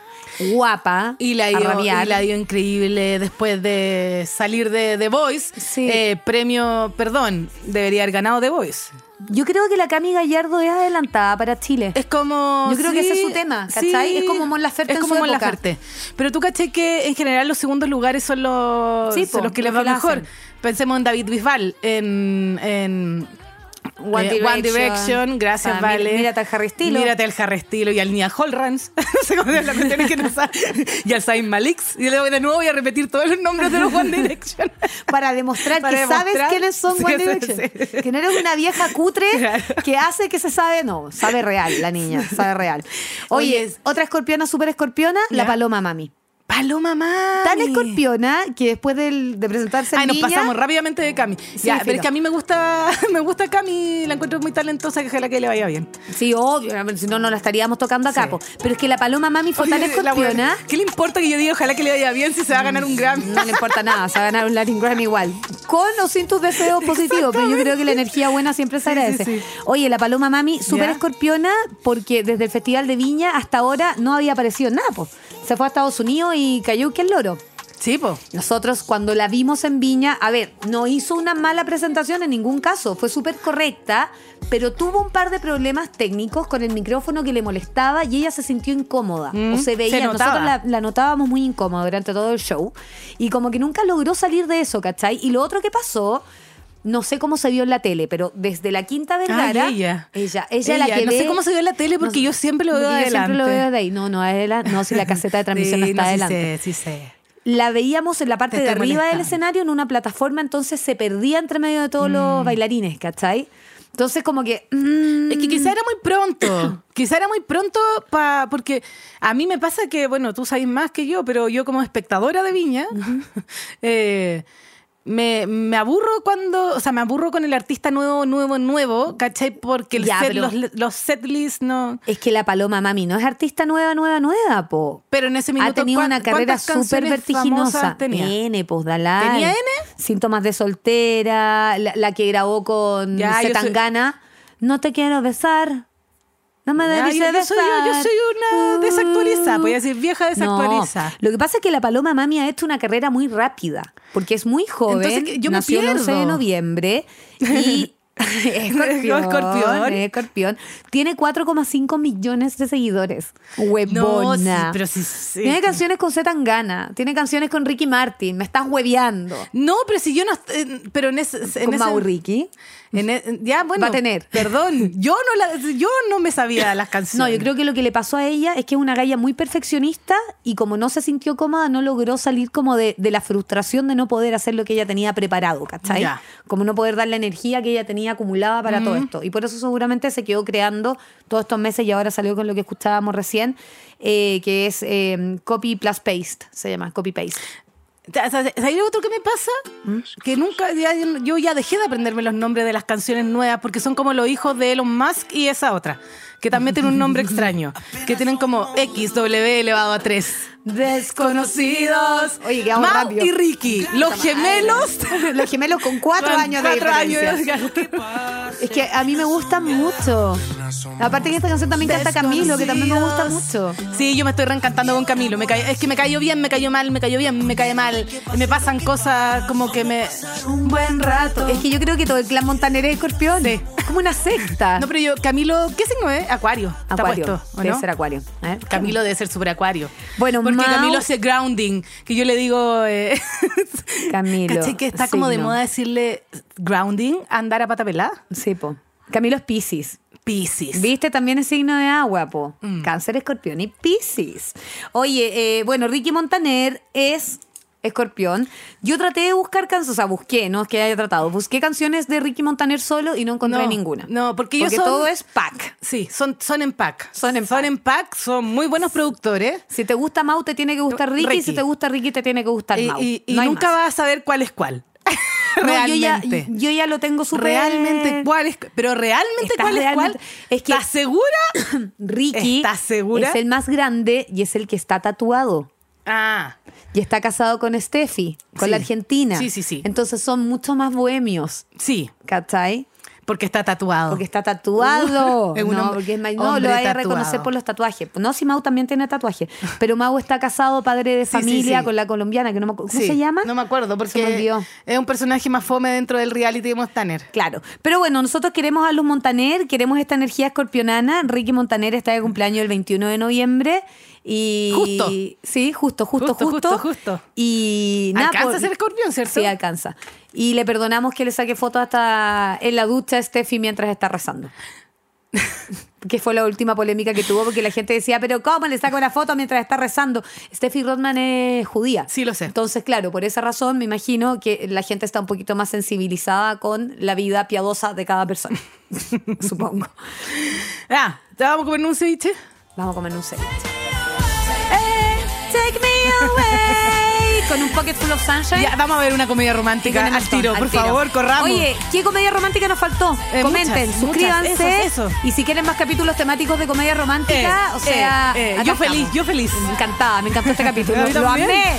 B: guapa.
C: Y la
B: a
C: dio,
B: rabiar.
C: y la dio increíble después de salir de The Voice.
B: Sí.
C: Eh, premio, perdón, debería haber ganado The Voice.
B: Yo creo que la Cami Gallardo es adelantada para Chile.
C: Es como.
B: Yo creo que ese es su tema, ¿cachai? Es como Mon Laferte
C: Es
B: en
C: como
B: su
C: Mon
B: época.
C: Laferte. Pero tú caché que en general los segundos lugares son los,
B: Sí,
C: son
B: po,
C: los que
B: los
C: les va
B: que la
C: mejor.
B: hacen.
C: Pensemos en David Bisbal, en. en
B: One
C: eh,
B: Direction.
C: One Direction, gracias,
B: Ah, mí-
C: Vale.
B: mírate al Harry Styles.
C: Mírate al Harry Styles y al Nia Holrans. no sé cómo es la cuestión es que no sabe. Y al Zayn Malix. Y luego de nuevo voy a repetir todos los nombres de los One Direction.
B: para demostrar
C: Para
B: que sabes
C: demostrar.
B: quiénes son
C: Sí,
B: One
C: sí,
B: Direction.
C: sí.
B: Que no eres una vieja cutre
C: Claro.
B: que hace que se sabe. No, sabe real la niña, sabe real. Oye,
C: Oye,
B: otra escorpiona, super escorpiona, la
C: ¿Ya?
B: paloma mami.
C: Paloma Mami.
B: Tan escorpiona que después del- de presentarse
C: Ay,
B: en
C: nos
B: niña,
C: pasamos rápidamente de Cami. ya,
B: filo.
C: pero es que a mí me gusta, me gusta Cami, la encuentro muy talentosa, que ojalá que le vaya bien.
B: Sí, obvio, si no, no la estaríamos tocando acá.
C: Sí.
B: po. Pero es que la paloma mami fue tan
C: Oye, la
B: escorpiona.
C: buena- ¿Qué le importa que yo diga ojalá que le vaya bien si se va a ganar un Grammy?
B: No le importa nada, se va a ganar un Latin Grammy igual. Con o sin tus deseos positivos, pero yo creo que la energía buena siempre se
C: Sí, sí,
B: agradece.
C: sí.
B: Oye, la Paloma Mami, súper
C: ¿Ya?
B: escorpiona, porque desde el Festival de Viña hasta ahora no había aparecido nada, po. Se fue a Estados Unidos y cayó que el loro.
C: Sí, po.
B: Nosotros cuando la vimos en Viña, a ver, no hizo una mala presentación en ningún caso, fue súper correcta, pero tuvo un par de problemas técnicos con el micrófono que le molestaba y ella se sintió incómoda.
C: Mm,
B: o se
C: se
B: veía, nosotros
C: notaba.
B: la, la notábamos muy incómoda durante todo el show y como que nunca logró salir de eso, ¿cachai? Y lo otro que pasó... No sé cómo se vio en la tele, pero desde la quinta vergara.
C: Ay, ella.
B: ella. Ella la
C: Ella.
B: que
C: No sé
B: ve-
C: cómo se vio en la tele porque yo siempre lo veo
B: porque yo siempre lo
C: adelante.
B: veo desde ahí. No, no, adelante. No, si la caseta de transmisión no
C: Sí,
B: está
C: sí
B: adelante
C: sé, sí sé.
B: la veíamos en la parte
C: Te
B: de
C: estoy
B: arriba del
C: molestando.
B: escenario en una plataforma, entonces se perdía entre medio de todos los bailarines, ¿cachai? Entonces como que... mm,
C: Es que quizá era muy pronto. quizá era muy pronto pa, porque a mí me pasa que, bueno, tú sabes más que yo, pero yo como espectadora de Viña, eh, me, me aburro cuando, o sea, me aburro con el artista nuevo, nuevo, nuevo, ¿cachai? Porque el
B: Ya,
C: set-
B: pero-
C: los, los setlists no...
B: es que la Paloma Mami no es artista nueva, nueva, nueva, po.
C: Pero en ese minuto,
B: ha tenido
C: ¿cuán-
B: una carrera
C: cuántas canciones
B: súper vertiginosa.
C: famosas Tenía?
B: N, pues, Dalai.
C: ¿Tenía N?
B: Síntomas de soltera, la, la que grabó con
C: Ya, yo soy-
B: Zetangana. No te quiero besar. No me
C: Ya,
B: debes
C: yo, yo soy, yo, yo
B: besar.
C: soy una
B: Uh.
C: desactualizada, voy a decir vieja
B: No,
C: desactualizada.
B: Lo que pasa es que la Paloma Mami ha hecho una carrera muy rápida, porque es muy joven.
C: Entonces, yo me
B: nació el 11 de
C: pierdo.
B: noviembre y. Escorpión,
C: Escorpión.
B: escorpión. Tiene 4,5 millones de seguidores. Huevona.
C: sí, pero sí, sí.
B: Tiene canciones con Z Tangana, tiene canciones con Ricky Martin, me estás hueveando.
C: No, pero si yo no... est- en- Pero en ese... En
B: con
C: ese-
B: Mauricio.
C: En e- en- ya, bueno.
B: Va a tener.
C: Perdón, yo no, la- yo no me sabía las
B: No,
C: canciones.
B: yo creo que lo que le pasó a ella es que es una galla muy perfeccionista y como no se sintió cómoda, no logró salir como de, de la frustración de no poder hacer lo que ella tenía preparado, ¿cachai?
C: Ya.
B: Como no poder dar la energía que ella tenía acumulada para todo esto. Y por eso seguramente se quedó creando todos estos meses y ahora salió con lo que escuchábamos recién, eh, que es eh, Copy plus Paste, se llama, Copy Paste.
C: Ta- ta- ta- ¿Hay otro que me pasa? Que nunca, ya- yo ya dejé de aprenderme los nombres de las canciones nuevas porque son como los hijos de Elon Musk y esa otra, que también tiene un nombre extraño, que tienen como XW elevado a 3. Desconocidos.
B: Oye, que vamos
C: Mau
B: rápido.
C: y Ricky, los gemelos.
B: Los gemelos con cuatro
C: Con
B: años de
C: cuatro
B: diferencia.
C: años.
B: Es que a mí me gusta mucho. Aparte que esta canción también canta Camilo, que también me gusta mucho.
C: Sí, yo me estoy reencantando con Camilo. Me cae- es que me cayó bien, me cayó mal, me cayó bien, me cae mal. Me pasan cosas como que me. Un buen rato.
B: Es que yo creo que todo el clan Montaner es escorpión.
C: Sí.
B: Es como una secta.
C: No, pero yo, Camilo, ¿qué signo es? Acuario. Está
B: acuario.
C: puesto, ¿o
B: Debe
C: no?
B: ser acuario. A ver.
C: Camilo debe ser super acuario.
B: Bueno,
C: Porque
B: Mau-
C: Camilo hace grounding, que yo le digo. eh,
B: Camilo,
C: ¿Cachai que está como de
B: signo.
C: moda decirle grounding, andar a pata pelada?
B: Sí, po. Camilo es Pisces.
C: Piscis.
B: Viste, también es signo de agua, po.
C: Mm.
B: Cáncer, escorpión y Pisces. Oye, eh, bueno, Ricky Montaner es escorpión. Yo traté de buscar canciones, o sea, busqué, no es que haya tratado, busqué canciones de Ricky Montaner solo y no encontré
C: No,
B: ninguna.
C: no, porque ellos son-
B: todo es pack.
C: Sí, son, son en pack.
B: Son en
C: son
B: pack.
C: en pack, son muy buenos productores.
B: Si te gusta Mau, te tiene que gustar Ricky, y
C: Ricky.
B: si te gusta Ricky, te tiene que gustar
C: Y,
B: Mau.
C: Eh, y- y
B: No hay
C: nunca
B: más.
C: vas a saber cuál es cuál.
B: No,
C: realmente.
B: Yo ya, yo ya lo tengo súper.
C: realmente cuál es. Pero realmente
B: Estás
C: cuál es
B: realmente-
C: cuál.
B: es que-
C: ¿Estás segura?
B: Ricky
C: ¿Estás segura?
B: es el más grande y es el que está tatuado.
C: ah.
B: Y está casado con Steffi, con
C: Sí.
B: la argentina.
C: Sí, sí, sí.
B: Entonces son mucho más bohemios,
C: Sí.
B: ¿cachai?
C: Porque está tatuado.
B: Porque está
C: Ah.
B: tatuado.
C: Uh, Es un
B: no,
C: hombre-
B: porque es Mau- no,
C: hombre
B: lo hay a
C: tatuado.
B: reconocer por los tatuajes. No, si Mau también tiene tatuaje. Pero Mau está casado, padre de
C: Sí, sí,
B: familia,
C: sí.
B: con la colombiana, que no me acu- ¿Cómo
C: Sí,
B: se llama?
C: No me acuerdo porque
B: Se me olvidó.
C: es un personaje más fome dentro del reality de Montaner.
B: Claro. Pero bueno, nosotros queremos a Luz Montaner, queremos esta energía escorpionana. Ricky Montaner está de cumpleaños el 21 de noviembre. Y...
C: Justo.
B: Sí, justo, justo,
C: Justo,
B: justo.
C: justo, justo.
B: Y nada.
C: Alcanza
B: por-
C: a ser escorpión, ¿cierto?
B: Sí, alcanza. Y le perdonamos que le saque fotos hasta en la ducha a Steffi mientras está rezando. que fue la última polémica que tuvo porque la gente decía, pero ¿cómo le saca una foto mientras está rezando? Steffi Rodman es judía.
C: Sí, lo sé.
B: Entonces, claro, por esa razón me imagino que la gente está un poquito más sensibilizada con la vida piadosa de cada persona. Supongo.
C: Ah, ¿te vamos a comer un ceviche?
B: Vamos a comer un ceviche. Eh, take me away. Con un pocket full of sunshine.
C: Ya, vamos a ver una comedia romántica
B: Tenemos
C: al tiro,
B: al
C: por favor, corramos.
B: Oye, ¿qué comedia romántica nos faltó?
C: Eh,
B: Comenten,
C: muchas,
B: suscríbanse.
C: muchas, eso, eso.
B: Y si quieren más capítulos temáticos de comedia romántica,
C: Eh,
B: o sea,
C: eh, eh,
B: acá
C: yo feliz,
B: estamos.
C: yo feliz.
B: Encantada, me encantó este capítulo.
C: A mí
B: Lo
C: también.
B: amé.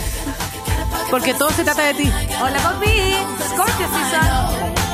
C: Porque todo se trata de ti.
B: Hola, papi. Scorpio Season.